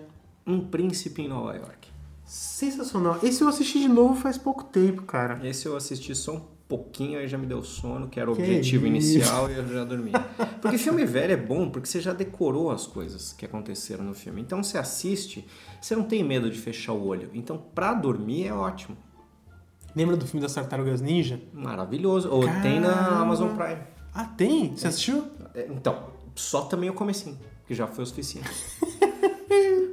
[SPEAKER 2] Um príncipe em Nova York.
[SPEAKER 1] Sensacional. Esse eu assisti de novo faz pouco tempo, cara.
[SPEAKER 2] Esse eu assisti só um pouquinho, aí já me deu sono, que era o
[SPEAKER 1] Que
[SPEAKER 2] objetivo
[SPEAKER 1] isso.
[SPEAKER 2] inicial, e eu já dormi. (laughs) Porque filme velho é bom, porque você já decorou as coisas que aconteceram no filme. Então você assiste, você não tem medo de fechar o olho. Então pra dormir é ótimo.
[SPEAKER 1] Lembra do filme das Tartarugas Ninja?
[SPEAKER 2] Maravilhoso. Ou tem
[SPEAKER 1] Caramba.
[SPEAKER 2] na Amazon Prime.
[SPEAKER 1] Ah, tem? Você assistiu?
[SPEAKER 2] É, Então, só também o comecinho, que já foi
[SPEAKER 1] (laughs)
[SPEAKER 2] o suficiente.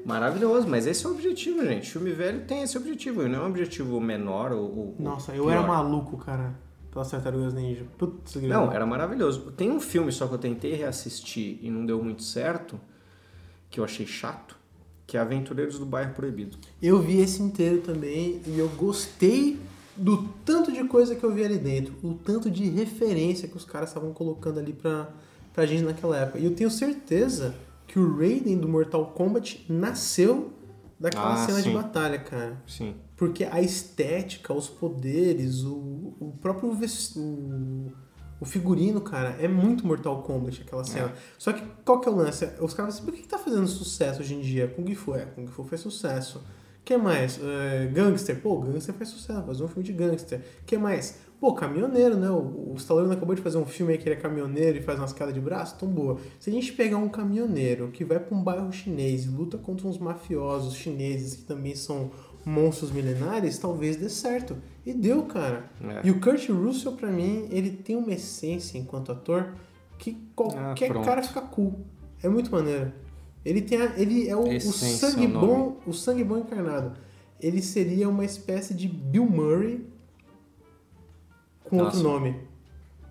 [SPEAKER 2] Maravilhoso, mas esse é o objetivo, gente. Filme velho tem esse objetivo, e não é um objetivo menor ou. ou-
[SPEAKER 1] Nossa,
[SPEAKER 2] ou
[SPEAKER 1] eu era
[SPEAKER 2] pior.
[SPEAKER 1] maluco, cara, pelas Tartarugas Ninja. Putz,
[SPEAKER 2] Não, é.
[SPEAKER 1] grana.
[SPEAKER 2] era maravilhoso. Tem um filme só que eu tentei reassistir e não deu muito certo, que eu achei chato, que é Aventureiros do Bairro Proibido.
[SPEAKER 1] Eu vi esse inteiro também e eu gostei do tanto de coisa que eu vi ali dentro, o tanto de referência que os caras estavam colocando ali pra, pra gente naquela época. E eu tenho certeza que o Raiden do Mortal Kombat nasceu daquela
[SPEAKER 2] Ah,
[SPEAKER 1] cena de
[SPEAKER 2] sim.
[SPEAKER 1] batalha, cara.
[SPEAKER 2] Sim.
[SPEAKER 1] Porque a estética, os poderes, o, o próprio ves- o, o figurino, cara, é muito Mortal Kombat aquela cena. Só que qual que é o lance? Os caras assim, por que, que tá fazendo sucesso hoje em dia? Kung Fu é, Kung Fu fez sucesso. que mais? É, gangster, pô, gangster faz sucesso, faz um filme de gangster. que mais? Pô, caminhoneiro, né? O, o Stallone acabou de fazer um filme aí que ele é caminhoneiro e faz umas quedas de braço, tão boa. Se a gente pegar um caminhoneiro que vai pra um bairro chinês e luta contra uns mafiosos chineses que também são monstros milenares, talvez dê certo. E deu, cara.
[SPEAKER 2] É.
[SPEAKER 1] E o Kurt Russell, pra mim, ele tem uma essência enquanto ator que
[SPEAKER 2] Ah,
[SPEAKER 1] qualquer
[SPEAKER 2] pronto.
[SPEAKER 1] cara fica cool. É muito maneiro. Ele tem a- ele é o, o
[SPEAKER 2] Essência,
[SPEAKER 1] sangue
[SPEAKER 2] o nome.
[SPEAKER 1] bom, o sangue bom encarnado. Ele seria uma espécie de Bill Murray com outro
[SPEAKER 2] Nossa.
[SPEAKER 1] nome.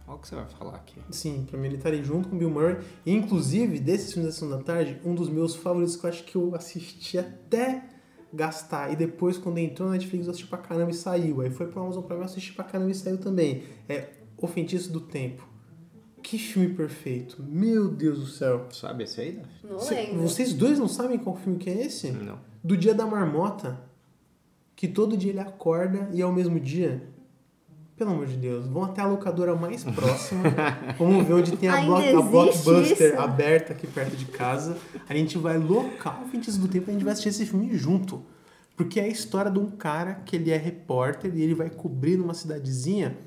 [SPEAKER 2] Olha o que você vai falar aqui.
[SPEAKER 1] Sim, pra mim ele estaria junto com o Bill Murray. E, inclusive, desses filmes da Sessão da Tarde, um dos meus favoritos que eu acho que eu assisti até gastar. E depois, quando entrou na Netflix, eu assisti pra caramba e saiu. Aí foi pra Amazon Prime, eu assisti pra caramba e saiu também. É O Feitiço do Tempo. Que filme perfeito. Meu Deus do céu.
[SPEAKER 2] Sabe esse aí, Daf?
[SPEAKER 3] Não
[SPEAKER 1] Cê-
[SPEAKER 3] lembro.
[SPEAKER 1] vocês dois não sabem qual filme que é esse?
[SPEAKER 2] Não.
[SPEAKER 1] Do Dia da Marmota. Que todo dia ele acorda e é o mesmo dia. Pelo amor de Deus, vão até a locadora mais próxima. Vamos ver onde tem a,
[SPEAKER 3] Ainda
[SPEAKER 1] block- a
[SPEAKER 3] existe
[SPEAKER 1] Blockbuster
[SPEAKER 3] isso?
[SPEAKER 1] aberta aqui perto de casa. A gente vai local feitiço do tempo e a gente vai assistir esse filme junto. Porque é a história de um cara que ele é repórter e ele vai cobrir numa cidadezinha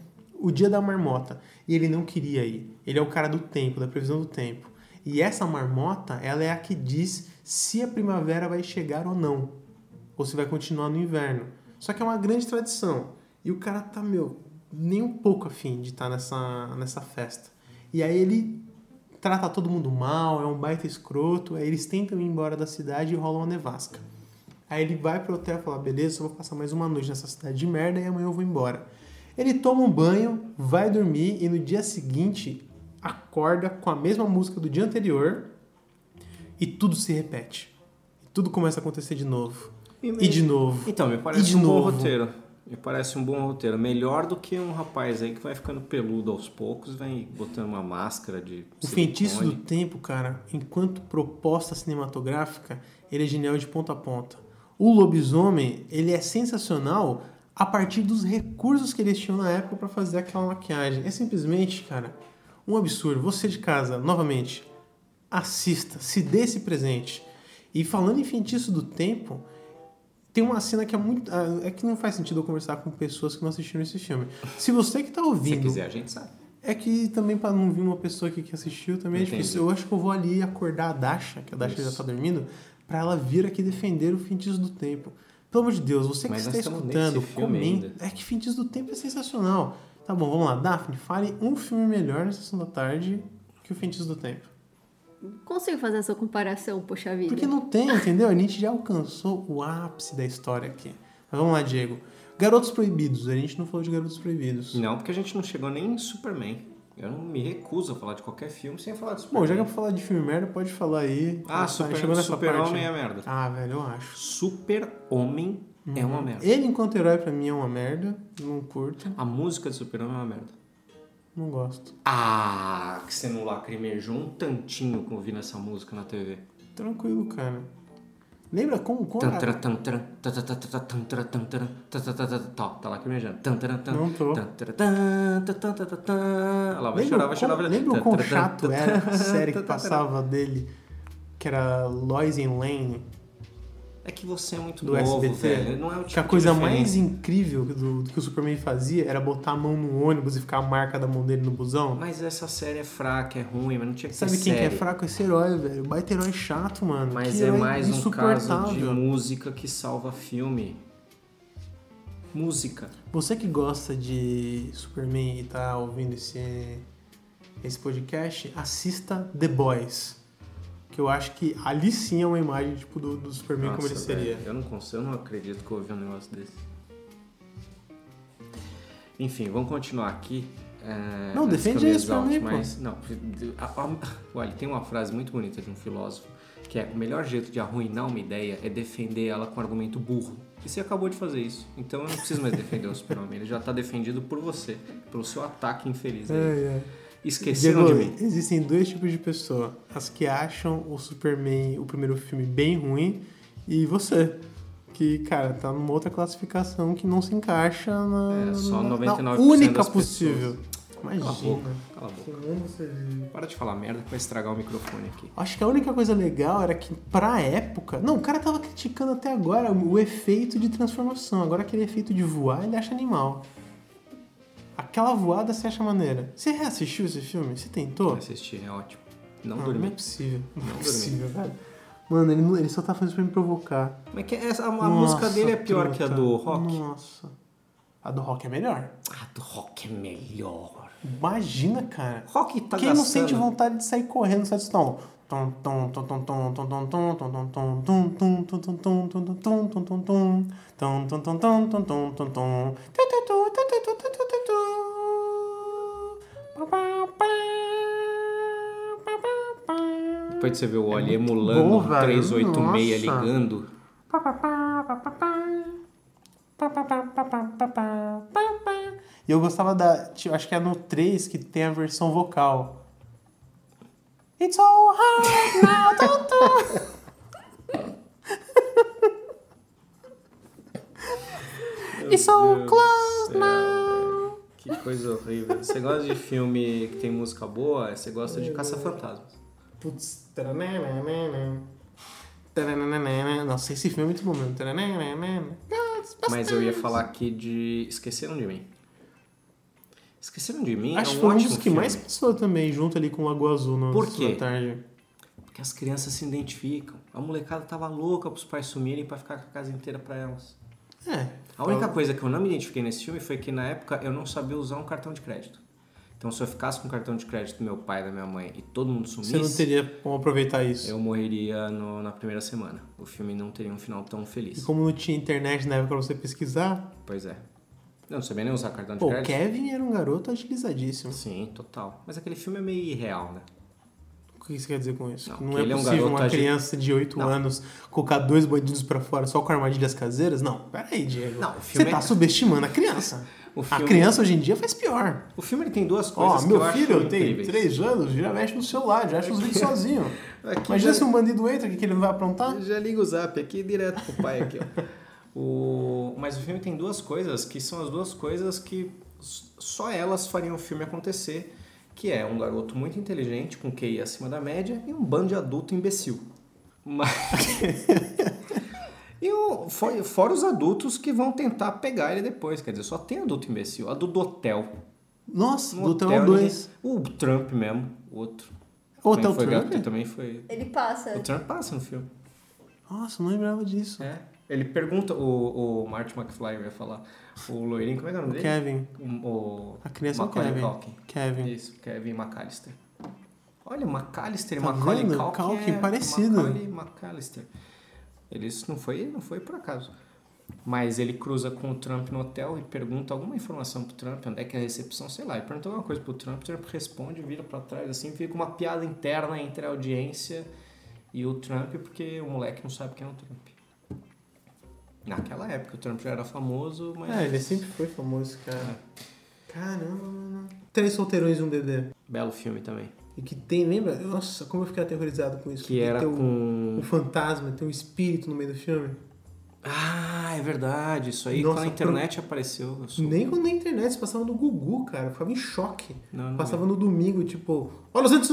[SPEAKER 1] o dia da marmota. E ele não queria ir. Ele é o cara do tempo, da previsão do tempo. E essa marmota, ela é a que diz se a primavera vai chegar ou não ou se vai continuar no inverno. Só que é uma grande tradição. E o cara tá, meu, nem um pouco afim de estar nessa, nessa festa. E aí ele trata todo mundo mal, é um baita escroto, aí eles tentam ir embora da cidade e rola uma nevasca. Aí ele vai pro hotel e fala, beleza, eu vou passar mais uma noite nessa cidade de merda e amanhã eu vou embora. Ele toma um banho, vai dormir e no dia seguinte acorda com a mesma música do dia anterior e tudo se repete. Tudo começa a acontecer de novo. E de novo.
[SPEAKER 2] Então, me
[SPEAKER 1] E
[SPEAKER 2] parece
[SPEAKER 1] de
[SPEAKER 2] um
[SPEAKER 1] novo.
[SPEAKER 2] bom roteiro. Me parece um bom roteiro. Melhor do que um rapaz aí que vai ficando peludo aos poucos, vai botando uma máscara de.
[SPEAKER 1] O Feitiço do
[SPEAKER 2] silicone.
[SPEAKER 1] Tempo, cara, enquanto proposta cinematográfica, ele é genial de ponta a ponta. O Lobisomem, ele é sensacional a partir dos recursos que eles tinham na época pra fazer aquela maquiagem. É simplesmente, cara, um absurdo. Você de casa, novamente, assista, se dê esse presente. E falando em Feitiço do Tempo, tem uma cena que é muito. ah, É que não faz sentido eu conversar com pessoas que não assistiram esse filme. Se você que tá
[SPEAKER 2] Se
[SPEAKER 1] ouvindo
[SPEAKER 2] quiser, a gente sabe.
[SPEAKER 1] É que também pra não vir uma pessoa aqui que assistiu também é
[SPEAKER 2] Entendi.
[SPEAKER 1] difícil. Eu acho que eu vou ali acordar a Dasha, que a Dasha já tá dormindo, pra ela vir aqui defender o Feitiço do Tempo. Pelo amor de Deus, você
[SPEAKER 2] Mas
[SPEAKER 1] que
[SPEAKER 2] nós
[SPEAKER 1] está
[SPEAKER 2] estamos nesse
[SPEAKER 1] escutando,
[SPEAKER 2] filme
[SPEAKER 1] comenta.
[SPEAKER 2] ainda.
[SPEAKER 1] É que Feitiço do Tempo é sensacional. Tá bom, vamos lá. Daphne, fale um filme melhor na Sessão da Tarde que o Feitiço do Tempo.
[SPEAKER 3] Consigo fazer essa comparação, poxa vida.
[SPEAKER 1] Porque não tem, entendeu? A gente já alcançou o ápice da história aqui. Mas vamos lá, Diego. Garotos Proibidos. A gente não falou de Garotos Proibidos.
[SPEAKER 2] Não, porque a gente não chegou nem em Superman. Eu não me recuso a falar de qualquer filme sem falar de Superman.
[SPEAKER 1] Bom, já que é pra falar de filme merda, pode falar aí.
[SPEAKER 2] Ah,
[SPEAKER 1] Tá,
[SPEAKER 2] Super-
[SPEAKER 1] chegou nessa parte.
[SPEAKER 2] Super-Homem é merda.
[SPEAKER 1] Ah, velho, eu acho.
[SPEAKER 2] Super-Homem é uma merda.
[SPEAKER 1] Ele, enquanto herói, pra mim é uma merda. Não curto,
[SPEAKER 2] A música de Super-Homem é uma merda.
[SPEAKER 1] não gosto.
[SPEAKER 2] Ah, que você não lacrimejou um tantinho com ouvindo essa música na TV.
[SPEAKER 1] Tranquilo, cara. Lembra como? como era?
[SPEAKER 2] Tantra, tantra, tatatata, tantra, tantra, tatatata, tá, tá lacrimejando. Tantra, tantra,
[SPEAKER 1] Não tô.
[SPEAKER 2] tantra, tan, tan, tan, tan, tan. Olha lá, vai
[SPEAKER 1] Lembra
[SPEAKER 2] chorar, vai
[SPEAKER 1] o
[SPEAKER 2] chorar.
[SPEAKER 1] quão-
[SPEAKER 2] vai-
[SPEAKER 1] Lembra o é
[SPEAKER 2] Tan,
[SPEAKER 1] quão
[SPEAKER 2] tan, tan,
[SPEAKER 1] chato
[SPEAKER 2] tan,
[SPEAKER 1] era a
[SPEAKER 2] tan,
[SPEAKER 1] série que
[SPEAKER 2] tan, tan, tan.
[SPEAKER 1] passava dele? Que era Lois and Lane,
[SPEAKER 2] É que você é muito
[SPEAKER 1] do
[SPEAKER 2] novo,
[SPEAKER 1] SBT.
[SPEAKER 2] velho. Não é o tipo
[SPEAKER 1] que a coisa
[SPEAKER 2] de
[SPEAKER 1] mais
[SPEAKER 2] referência.
[SPEAKER 1] incrível do, do que o Superman fazia era botar a mão no ônibus e ficar a marca da mão dele no busão.
[SPEAKER 2] Mas essa série é fraca, é ruim, mas não tinha que
[SPEAKER 1] Sabe
[SPEAKER 2] ser
[SPEAKER 1] quem que é
[SPEAKER 2] série.
[SPEAKER 1] fraco? Esse herói, velho. Baita herói chato, mano.
[SPEAKER 2] Mas
[SPEAKER 1] Que
[SPEAKER 2] é
[SPEAKER 1] herói
[SPEAKER 2] mais um caso de
[SPEAKER 1] insuportável.
[SPEAKER 2] música que salva filme. Música.
[SPEAKER 1] Você que gosta de Superman e tá ouvindo esse, esse podcast, assista The Boys. Que eu acho que ali sim é uma imagem tipo, do, do Superman como ele
[SPEAKER 2] Nossa,
[SPEAKER 1] seria.
[SPEAKER 2] velho, Eu não consigo, eu não acredito que eu ouvi um negócio desse. Enfim, vamos continuar aqui. É,
[SPEAKER 1] Não,
[SPEAKER 2] antes que eu
[SPEAKER 1] defende
[SPEAKER 2] me
[SPEAKER 1] aí,
[SPEAKER 2] exalte,
[SPEAKER 1] Superman, pô.
[SPEAKER 2] mas não. a- a- olha, tem uma frase muito bonita de um filósofo que é: o melhor jeito de arruinar uma ideia é defender ela com argumento burro. E você acabou de fazer isso. Então eu não preciso mais defender o super-homem. Ele já está defendido por você, pelo seu ataque infeliz. aí.
[SPEAKER 1] É, é.
[SPEAKER 2] Esqueceram de
[SPEAKER 1] Diego,
[SPEAKER 2] mim.
[SPEAKER 1] Existem dois tipos de pessoa. As que acham o Superman, o primeiro filme, bem ruim, e você. Que, cara, tá numa outra classificação que não se encaixa na,
[SPEAKER 2] É, só
[SPEAKER 1] na-
[SPEAKER 2] 99%
[SPEAKER 1] na única
[SPEAKER 2] das
[SPEAKER 1] possível.
[SPEAKER 2] Cala a boca,
[SPEAKER 1] Imagina.
[SPEAKER 2] cala a boca.
[SPEAKER 1] Que mundo seria?
[SPEAKER 2] Para de falar merda que vai estragar o microfone aqui.
[SPEAKER 1] Acho que a única coisa legal era que, pra época. Não, o cara tava criticando até agora o efeito de transformação. Agora, aquele efeito de voar, ele acha animal. Aquela voada você acha maneira. Você reassistiu esse filme? Você tentou?
[SPEAKER 2] Assistir, é ótimo. Não
[SPEAKER 1] Não, não é
[SPEAKER 2] dormir.
[SPEAKER 1] possível. Não, é
[SPEAKER 2] dormi.
[SPEAKER 1] possível, velho. Mano, ele, não- ele só tá fazendo pra me provocar.
[SPEAKER 2] Mas é que essa, a
[SPEAKER 1] Nossa,
[SPEAKER 2] música dele é pior que a
[SPEAKER 1] truta.
[SPEAKER 2] do rock?
[SPEAKER 1] Nossa. A do rock é melhor.
[SPEAKER 2] A do rock é melhor.
[SPEAKER 1] Imagina, cara.
[SPEAKER 2] Rock tá
[SPEAKER 1] Quem
[SPEAKER 2] gastando.
[SPEAKER 1] não sente vontade de sair correndo, sai disso, não. Tum, tum, tum, tum, tum, tum, tum, tum, tum, tum, tum, tum, tum, tum, tum, tum, tum, tum, tum, tum, tum. Tum, tum, tum, tum, tum, tum, tum, tum. Tu, tu, tu, tu, tu, tu, tu, tu, tu, tu. Pá, pá, pá. Pá, pá, pá.
[SPEAKER 2] Depois de você ver o Oli emulando
[SPEAKER 1] bom,
[SPEAKER 2] um
[SPEAKER 1] velho.
[SPEAKER 2] 386
[SPEAKER 1] Nossa.
[SPEAKER 2] ligando.
[SPEAKER 1] Pá, pá, pá, pá, pá, pá. Pá, pá, pá, pá, pá, pá, pá, pá, pá. E eu gostava da. tipo, Acho que é no 3 que tem a versão vocal. It's all hard now, don't do. It's all
[SPEAKER 2] Meu Deus
[SPEAKER 1] close
[SPEAKER 2] do céu,
[SPEAKER 1] now.
[SPEAKER 2] velho. Que coisa horrível. Você gosta de filme que tem música boa? Você gosta de Caça-Fantasmas.
[SPEAKER 1] Putz. tarananana. Tarananana. Nossa, esse filme é muito bom mesmo. Tarananana.
[SPEAKER 2] Mas eu ia falar aqui de Esqueceram de Mim. Esqueceram de Mim
[SPEAKER 1] Acho
[SPEAKER 2] é
[SPEAKER 1] que
[SPEAKER 2] um
[SPEAKER 1] foi um
[SPEAKER 2] ótimo
[SPEAKER 1] dos que
[SPEAKER 2] filme.
[SPEAKER 1] mais passou também, junto ali com o Lagoa Azul no
[SPEAKER 2] Por
[SPEAKER 1] Sessão da
[SPEAKER 2] quê?
[SPEAKER 1] Tarde.
[SPEAKER 2] Porque as crianças se identificam. A molecada tava louca pros pais sumirem pra ficar com a casa inteira pra elas.
[SPEAKER 1] É.
[SPEAKER 2] A única coisa que eu não me identifiquei nesse filme foi que na época eu não sabia usar um cartão de crédito. Então se eu ficasse com o cartão de crédito do meu pai e da minha mãe e todo mundo sumisse,
[SPEAKER 1] Você não teria como aproveitar isso.
[SPEAKER 2] eu morreria no- na primeira semana. O filme não teria um final tão
[SPEAKER 1] E
[SPEAKER 2] feliz.
[SPEAKER 1] como não tinha internet na época pra você pesquisar,
[SPEAKER 2] Pois é. Eu não sabia nem usar cartão de
[SPEAKER 1] pô, o
[SPEAKER 2] crédito.
[SPEAKER 1] Kevin era um garoto agilizadíssimo.
[SPEAKER 2] Sim, total. Mas aquele filme é meio irreal, né?
[SPEAKER 1] O que você quer dizer com isso?
[SPEAKER 2] Não,
[SPEAKER 1] Que Não,
[SPEAKER 2] que
[SPEAKER 1] é
[SPEAKER 2] ele é um
[SPEAKER 1] possível
[SPEAKER 2] garoto
[SPEAKER 1] uma
[SPEAKER 2] agi-
[SPEAKER 1] criança de 8
[SPEAKER 2] Não.
[SPEAKER 1] anos colocar dois bandidos pra fora só com armadilhas caseiras? Não, peraí, Diego.
[SPEAKER 2] Não, o
[SPEAKER 1] você
[SPEAKER 2] filme é-
[SPEAKER 1] tá subestimando a criança.
[SPEAKER 2] O
[SPEAKER 1] A
[SPEAKER 2] filme- é-
[SPEAKER 1] criança hoje em dia faz pior.
[SPEAKER 2] O filme ele tem duas
[SPEAKER 1] Ó,
[SPEAKER 2] coisas que
[SPEAKER 1] meu
[SPEAKER 2] eu
[SPEAKER 1] filho
[SPEAKER 2] acho
[SPEAKER 1] tem
[SPEAKER 2] incríveis.
[SPEAKER 1] três anos, já mexe no celular, já acha os vídeos sozinho.
[SPEAKER 2] Aqui
[SPEAKER 1] Imagina
[SPEAKER 2] já-
[SPEAKER 1] se um bandido entra, o que que ele não vai aprontar?
[SPEAKER 2] Já liga o zap aqui direto pro pai aqui,
[SPEAKER 1] (laughs)
[SPEAKER 2] ó. O... Mas o filme tem duas coisas que são as duas coisas que s- só elas fariam o filme acontecer, que é um garoto muito inteligente, com QI acima da média, e um bando de adulto imbecil. Mas... (laughs) e o... fo- fora os adultos que vão tentar pegar ele depois, quer dizer, só tem adulto imbecil. A do Dotel.
[SPEAKER 1] Nossa,
[SPEAKER 2] No
[SPEAKER 1] do Hotel
[SPEAKER 2] hotel,
[SPEAKER 1] 2.
[SPEAKER 2] ninguém- O Trump mesmo, o outro. Também
[SPEAKER 1] Hotel
[SPEAKER 2] foi
[SPEAKER 1] então Trump?
[SPEAKER 2] gato, também foi.
[SPEAKER 3] Ele passa.
[SPEAKER 2] O Trump passa no filme.
[SPEAKER 1] Nossa, não lembrava disso.
[SPEAKER 2] É. Ele pergunta, o, o Marty McFly eu ia falar. O loirinho, como é que é o nome
[SPEAKER 1] O
[SPEAKER 2] dele?
[SPEAKER 1] Kevin.
[SPEAKER 2] O, o
[SPEAKER 1] A criança é o
[SPEAKER 2] Macaulay
[SPEAKER 1] Kevin.
[SPEAKER 2] Culkin.
[SPEAKER 1] Kevin.
[SPEAKER 2] Isso, Kevin McAllister. Olha, McAllister,
[SPEAKER 1] Tá
[SPEAKER 2] Macaulay
[SPEAKER 1] vendo?
[SPEAKER 2] Culkin.
[SPEAKER 1] Culkin,
[SPEAKER 2] é
[SPEAKER 1] parecido.
[SPEAKER 2] Macaulay McAllister. Ele isso não foi, não foi por acaso. Mas ele cruza com o Trump no hotel e pergunta alguma informação pro Trump, onde é que é a recepção, sei lá. E pergunta alguma coisa pro Trump, o Trump responde, vira pra trás, assim, fica uma piada interna entre a audiência e o Trump, porque o moleque não sabe quem é o Trump. Naquela época, o Trump já era famoso, mas...
[SPEAKER 1] É, ele sempre foi famoso, cara.
[SPEAKER 2] É.
[SPEAKER 1] Caramba, mano. Três solteirões e um bebê.
[SPEAKER 2] Belo filme também.
[SPEAKER 1] E que tem, lembra? Nossa, como eu fiquei aterrorizado com isso.
[SPEAKER 2] Que era
[SPEAKER 1] tem um,
[SPEAKER 2] com...
[SPEAKER 1] um fantasma, tem um espírito no meio do filme.
[SPEAKER 2] Ah, é verdade. Isso aí
[SPEAKER 1] Nossa,
[SPEAKER 2] quando a internet apareceu. Eu sou...
[SPEAKER 1] Nem quando na internet, se passava no Gugu, cara. Eu ficava em choque.
[SPEAKER 2] Não, não
[SPEAKER 1] Passava no domingo, tipo... Olha, gente,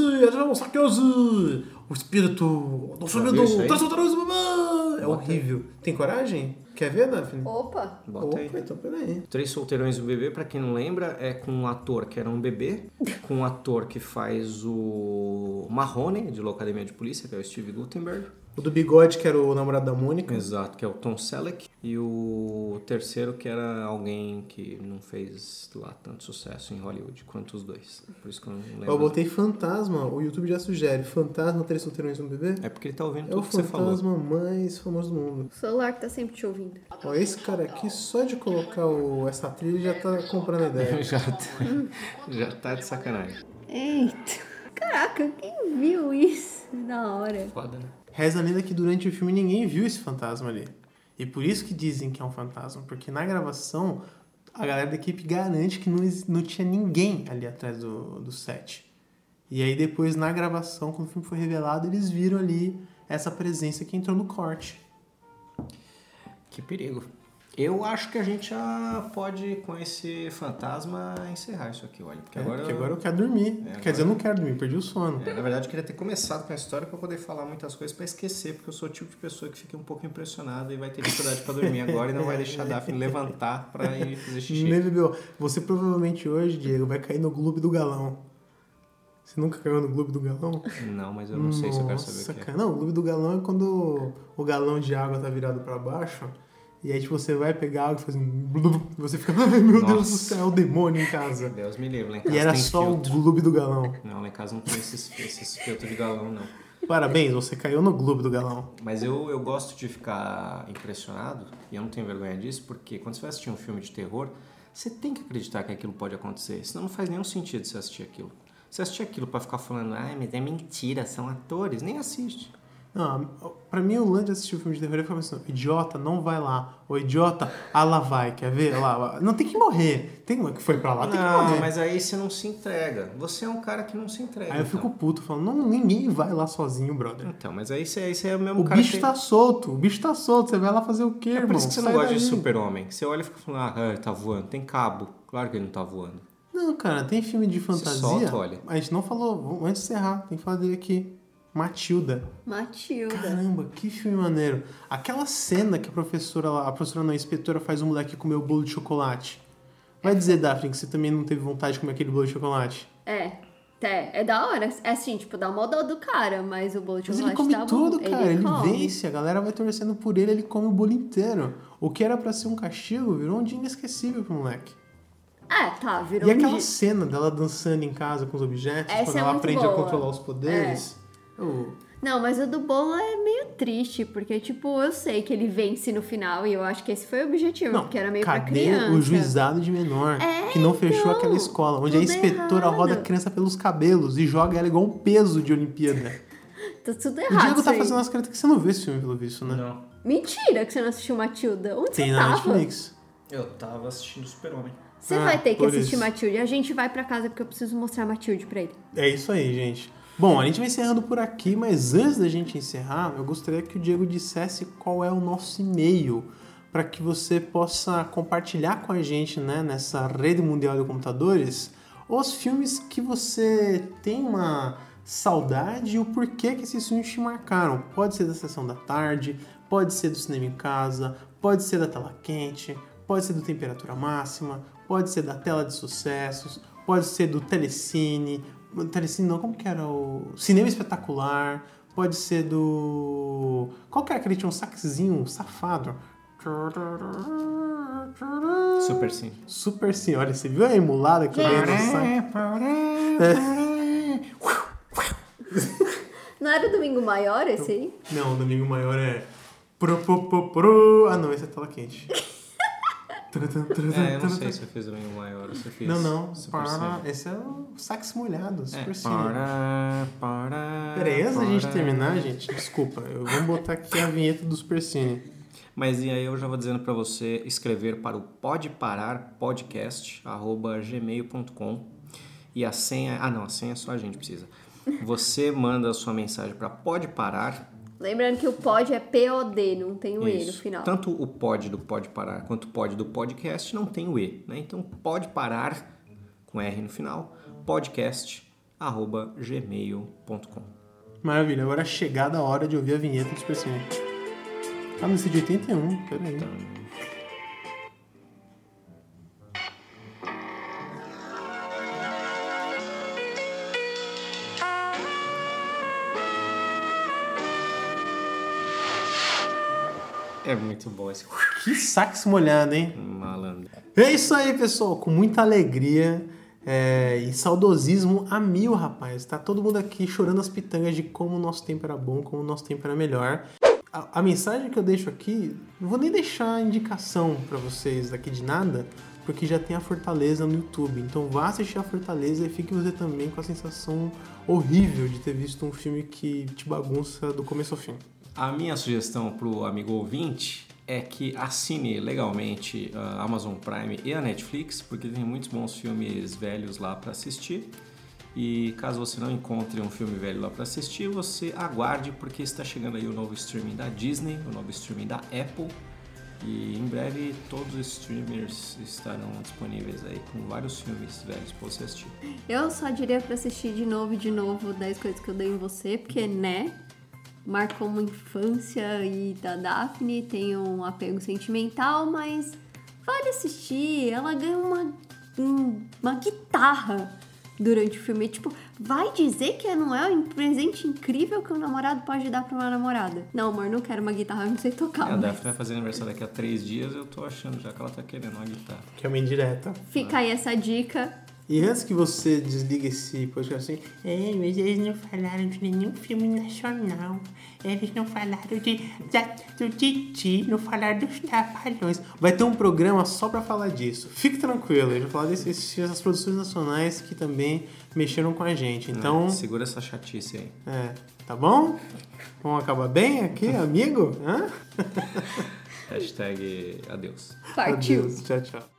[SPEAKER 1] saqueoso! O espírito do filme
[SPEAKER 2] viu
[SPEAKER 1] do...
[SPEAKER 2] isso aí?
[SPEAKER 1] Três solteirões e um bebê! É
[SPEAKER 2] Bota.
[SPEAKER 1] horrível. Tem coragem? Quer ver, Daphne?
[SPEAKER 3] Opa!
[SPEAKER 2] vi. Bota
[SPEAKER 1] Opa,
[SPEAKER 2] aí.
[SPEAKER 1] então peraí.
[SPEAKER 2] Três Solteirões e um Bebê, pra quem não lembra, é com um ator que era
[SPEAKER 1] (laughs)
[SPEAKER 2] um bebê, com um ator que faz o Marrone, de Locademia de Polícia, que é o Steve Gutenberg.
[SPEAKER 1] O do bigode, que era o namorado da Mônica.
[SPEAKER 2] Exato, que é o Tom Selleck. E o terceiro que era alguém que não fez lá tanto sucesso em Hollywood quanto os dois. Por isso que eu não lembro.
[SPEAKER 1] Eu botei fantasma, o YouTube já sugere. Fantasma, três solteirões e um bebê?
[SPEAKER 2] É porque ele tá ouvindo
[SPEAKER 1] É
[SPEAKER 2] tudo
[SPEAKER 1] o
[SPEAKER 2] que você falou.
[SPEAKER 1] fantasma mais famoso do mundo.
[SPEAKER 3] O celular que tá sempre te ouvindo.
[SPEAKER 1] Ó, esse cara aqui, só de colocar o, essa trilha, já tá comprando a ideia.
[SPEAKER 2] (laughs) Já tá, já tá de sacanagem.
[SPEAKER 3] Eita! (laughs) Caraca, quem viu isso? Da hora.
[SPEAKER 2] Foda, né?
[SPEAKER 1] Reza a lenda que durante o filme ninguém viu esse fantasma ali. E por isso que dizem que é um fantasma, porque na gravação a galera da equipe garante que não, exi- não tinha ninguém ali atrás do, do set. E aí depois, na gravação, quando o filme foi revelado, eles viram ali essa presença que entrou no corte.
[SPEAKER 2] Que perigo. Eu acho que a gente já pode, com esse fantasma, encerrar isso aqui, olha. Porque
[SPEAKER 1] É,
[SPEAKER 2] agora.
[SPEAKER 1] porque
[SPEAKER 2] eu- É,
[SPEAKER 1] agora eu quero dormir. Quer
[SPEAKER 2] agora-
[SPEAKER 1] dizer, eu não quero dormir, perdi o sono.
[SPEAKER 2] É, na verdade, eu queria ter começado com a história pra poder falar muitas coisas pra esquecer, porque eu sou o tipo de pessoa que fica um pouco impressionada e vai ter dificuldade pra dormir agora e não vai deixar a Daphne levantar pra ir
[SPEAKER 1] (laughs)
[SPEAKER 2] fazer xixi.
[SPEAKER 1] Nem bebeu. Você provavelmente hoje, Diego, vai cair no Globo do Galão. Você nunca caiu no Globo do Galão?
[SPEAKER 2] Não, mas eu não sei se eu quero saber
[SPEAKER 1] Nossa,
[SPEAKER 2] o que é.
[SPEAKER 1] cara. Não, o Globo do Galão é quando o galão de água tá virado pra baixo. E aí, tipo, você vai pegar água e faz um... blub, e você fica... (laughs) Ai, meu Deus do
[SPEAKER 2] Nossa.
[SPEAKER 1] céu, é o demônio em casa.
[SPEAKER 2] Deus me livre, lá em casa
[SPEAKER 1] E era
[SPEAKER 2] tem
[SPEAKER 1] só um
[SPEAKER 2] filtro.
[SPEAKER 1] o Globo do Galão.
[SPEAKER 2] Não, lá em casa não tem esses, esses filtros de galão, não.
[SPEAKER 1] Parabéns, você caiu no Globo do Galão.
[SPEAKER 2] Mas eu, eu gosto de ficar impressionado, e eu não tenho vergonha disso, porque quando você vai assistir um filme de terror, você tem que acreditar que aquilo pode acontecer, senão não faz nenhum sentido você assistir aquilo. Você assistir aquilo pra ficar falando, ai, mas é mentira, são atores, nem assiste.
[SPEAKER 1] Não, pra mim, o lance de assistir filme de terror é ficar pensando, idiota, não vai lá. Ou idiota, ah, lá vai, quer ver? Lá, lá. Não, tem que morrer. Tem um que foi pra lá, tem que
[SPEAKER 2] Não,
[SPEAKER 1] morrer.
[SPEAKER 2] mas aí você não se entrega. Você é um cara que não se entrega.
[SPEAKER 1] Aí eu
[SPEAKER 2] então.
[SPEAKER 1] fico puto, falando, não, ninguém vai lá sozinho, brother.
[SPEAKER 2] Então, mas aí você, aí você é o mesmo
[SPEAKER 1] O
[SPEAKER 2] cara
[SPEAKER 1] bicho
[SPEAKER 2] que...
[SPEAKER 1] tá solto, o bicho tá solto, você vai lá fazer o quê,
[SPEAKER 2] É
[SPEAKER 1] irmão?
[SPEAKER 2] por isso que você não
[SPEAKER 1] Sai
[SPEAKER 2] gosta de
[SPEAKER 1] daí.
[SPEAKER 2] super-homem. que Você olha e fica falando, ah, tá voando, tem cabo. Claro que ele não tá voando.
[SPEAKER 1] Não, cara, tem filme de fantasia.
[SPEAKER 2] solta, olha.
[SPEAKER 1] A gente não falou, vamos- antes de encerrar, tem que falar dele aqui. Matilda.
[SPEAKER 3] Matilda.
[SPEAKER 1] Caramba, que filme maneiro. Aquela cena que a professora lá, a professora não, a inspetora faz o moleque comer o bolo de chocolate. Vai dizer, Daphne, que você também não teve vontade de comer aquele bolo de chocolate?
[SPEAKER 3] É. É, é da hora. É assim, tipo, dá uma dó do cara, mas o bolo de
[SPEAKER 1] Mas ele come
[SPEAKER 3] chocolate tá bom.
[SPEAKER 1] tudo, cara. Ele,
[SPEAKER 3] come.
[SPEAKER 1] vence, a galera vai torcendo por ele, ele come o bolo inteiro. O que era pra ser um castigo virou um dia inesquecível pro moleque.
[SPEAKER 3] É, tá, virou
[SPEAKER 1] E
[SPEAKER 3] um
[SPEAKER 1] aquela
[SPEAKER 3] gi-
[SPEAKER 1] cena dela dançando em casa com os objetos,
[SPEAKER 3] Essa
[SPEAKER 1] quando
[SPEAKER 3] é
[SPEAKER 1] ela
[SPEAKER 3] muito
[SPEAKER 1] aprende a
[SPEAKER 3] boa. É.
[SPEAKER 1] controlar os poderes. Eu-
[SPEAKER 3] Não, mas o do bolo é meio triste, porque, tipo, eu sei que ele vence no final e eu acho que esse foi o objetivo,
[SPEAKER 1] Não,
[SPEAKER 3] porque era meio pra
[SPEAKER 1] cadê
[SPEAKER 3] criança.
[SPEAKER 1] o juizado de menor
[SPEAKER 3] É,
[SPEAKER 1] que não fechou
[SPEAKER 3] então,
[SPEAKER 1] aquela escola, onde a
[SPEAKER 3] tudo
[SPEAKER 1] inspetora
[SPEAKER 3] errado.
[SPEAKER 1] roda a criança pelos cabelos e joga ela igual um peso de Olimpíada?
[SPEAKER 3] (laughs) Tá tudo
[SPEAKER 1] o
[SPEAKER 3] errado.
[SPEAKER 1] Diego tá
[SPEAKER 3] isso aí.
[SPEAKER 1] fazendo as caras que você não viu esse filme, pelo visto, né?
[SPEAKER 2] Não.
[SPEAKER 3] Mentira que você não assistiu Matilda. Onde
[SPEAKER 1] Tem
[SPEAKER 3] você
[SPEAKER 1] na
[SPEAKER 3] tava?
[SPEAKER 1] Netflix.
[SPEAKER 2] Eu tava assistindo super-homem.
[SPEAKER 3] Você
[SPEAKER 1] Ah,
[SPEAKER 3] vai ter que
[SPEAKER 1] por
[SPEAKER 3] assistir
[SPEAKER 1] isso.
[SPEAKER 3] Matilde. A gente vai pra casa porque eu preciso mostrar Matilde pra ele.
[SPEAKER 1] É isso aí, gente. Bom, a gente vai encerrando por aqui, mas antes da gente encerrar, eu gostaria que o Diego dissesse qual é o nosso e-mail para que você possa compartilhar com a gente, né, nessa rede mundial de computadores, os filmes que você tem uma saudade e o porquê que esses filmes te marcaram. Pode ser da sessão da tarde, pode ser do cinema em casa, pode ser da tela quente, pode ser do temperatura máxima, pode ser da tela de sucessos, pode ser do Telecine. Telecine não, como que era o. Cinema Espetacular. Pode ser do. Qual que era aquele que tinha um saxinho safado?
[SPEAKER 2] Super sim.
[SPEAKER 1] Super sim, olha, você viu a emulada que eu ganhei
[SPEAKER 2] É.
[SPEAKER 1] no sax?
[SPEAKER 2] (laughs)
[SPEAKER 3] Não era o Domingo Maior esse aí?
[SPEAKER 1] Não, o Domingo Maior é. Pro, pro, pro, pro. Ah, não, esse é tela quente.
[SPEAKER 2] É, eu não sei se eu fiz o meio maior ou se É, eu fiz.
[SPEAKER 1] Não, não.
[SPEAKER 2] Super
[SPEAKER 1] Pará.
[SPEAKER 2] sim.
[SPEAKER 1] Esse é o sax molhado, super sim.
[SPEAKER 2] Pará, pará,
[SPEAKER 1] Peraí, antes da gente
[SPEAKER 2] pará.
[SPEAKER 1] terminar, gente, desculpa, eu vou botar aqui a vinheta do Super Cine.
[SPEAKER 2] Mas e aí eu já vou dizendo para você escrever para o Pode Parar Podcast, arroba gmail.com. E a senha. Ah, não, a senha só a gente precisa. Você (laughs) manda a sua mensagem para Pode Parar.
[SPEAKER 3] Lembrando que o pod é POD, não tem o E no
[SPEAKER 2] Isso.
[SPEAKER 1] Então
[SPEAKER 3] final.
[SPEAKER 2] Tanto o pode do Pode Parar quanto o pode do podcast não tem o E, né? Então pode parar com R no final, podcast, arroba gmail.com.
[SPEAKER 1] Maravilha, agora é chegada a hora de ouvir a vinheta do Super Cine. Ah, nesse de 81, peraí.
[SPEAKER 2] Tá. É muito bom esse
[SPEAKER 1] Que sax molhado, hein?
[SPEAKER 2] malandro.
[SPEAKER 1] É isso aí, pessoal. Com muita alegria é, e saudosismo a mil, rapaz. Tá todo mundo aqui chorando as pitangas de como o nosso tempo era bom, como o nosso tempo era melhor. A, a mensagem que eu deixo aqui, não vou nem deixar indicação pra vocês daqui de nada, porque já tem a Fortaleza no YouTube. Então vá assistir a Fortaleza e fique você também com a sensação horrível de ter visto um filme que te bagunça do começo ao fim.
[SPEAKER 2] A minha sugestão pro amigo ouvinte é que assine legalmente a Amazon Prime e a Netflix, porque tem muitos bons filmes velhos lá para assistir. E caso você não encontre um filme velho lá para assistir, você aguarde, porque está chegando aí o novo streaming da Disney, o novo streaming da Apple. E em breve todos os streamers estarão disponíveis aí com vários filmes velhos para você assistir.
[SPEAKER 3] Eu só diria pra assistir de novo e de novo 10 coisas que eu dei em você, porque, né? Marcou uma infância e da Daphne, tem um apego sentimental, mas vale assistir. Ela ganha uma, um- uma guitarra durante o filme. Tipo, vai dizer que não é um presente incrível que um namorado pode dar pra uma namorada. Não, amor, não quero uma guitarra, eu não sei tocar.
[SPEAKER 2] É, a
[SPEAKER 3] Ah, mas-
[SPEAKER 2] Daphne vai fazer aniversário daqui a três dias, eu tô achando já que ela tá querendo uma guitarra.
[SPEAKER 1] Que é uma indireta.
[SPEAKER 3] Fica aí essa dica.
[SPEAKER 1] E antes que você desliga esse podcast assim, é, mas eles não falaram de nenhum filme nacional. Eles não falaram de, da- do Titi, não falaram dos Trapalhões. Vai ter um programa só pra falar disso. Fique tranquilo, eu já falar desses, dessas produções nacionais que também mexeram com a gente. Então,
[SPEAKER 2] Segura essa chatice aí.
[SPEAKER 1] é, tá bom? Vamos acabar bem aqui, amigo? Hã?
[SPEAKER 2] Hashtag adeus.
[SPEAKER 3] Partiu.
[SPEAKER 1] Adeus, tchau, tchau.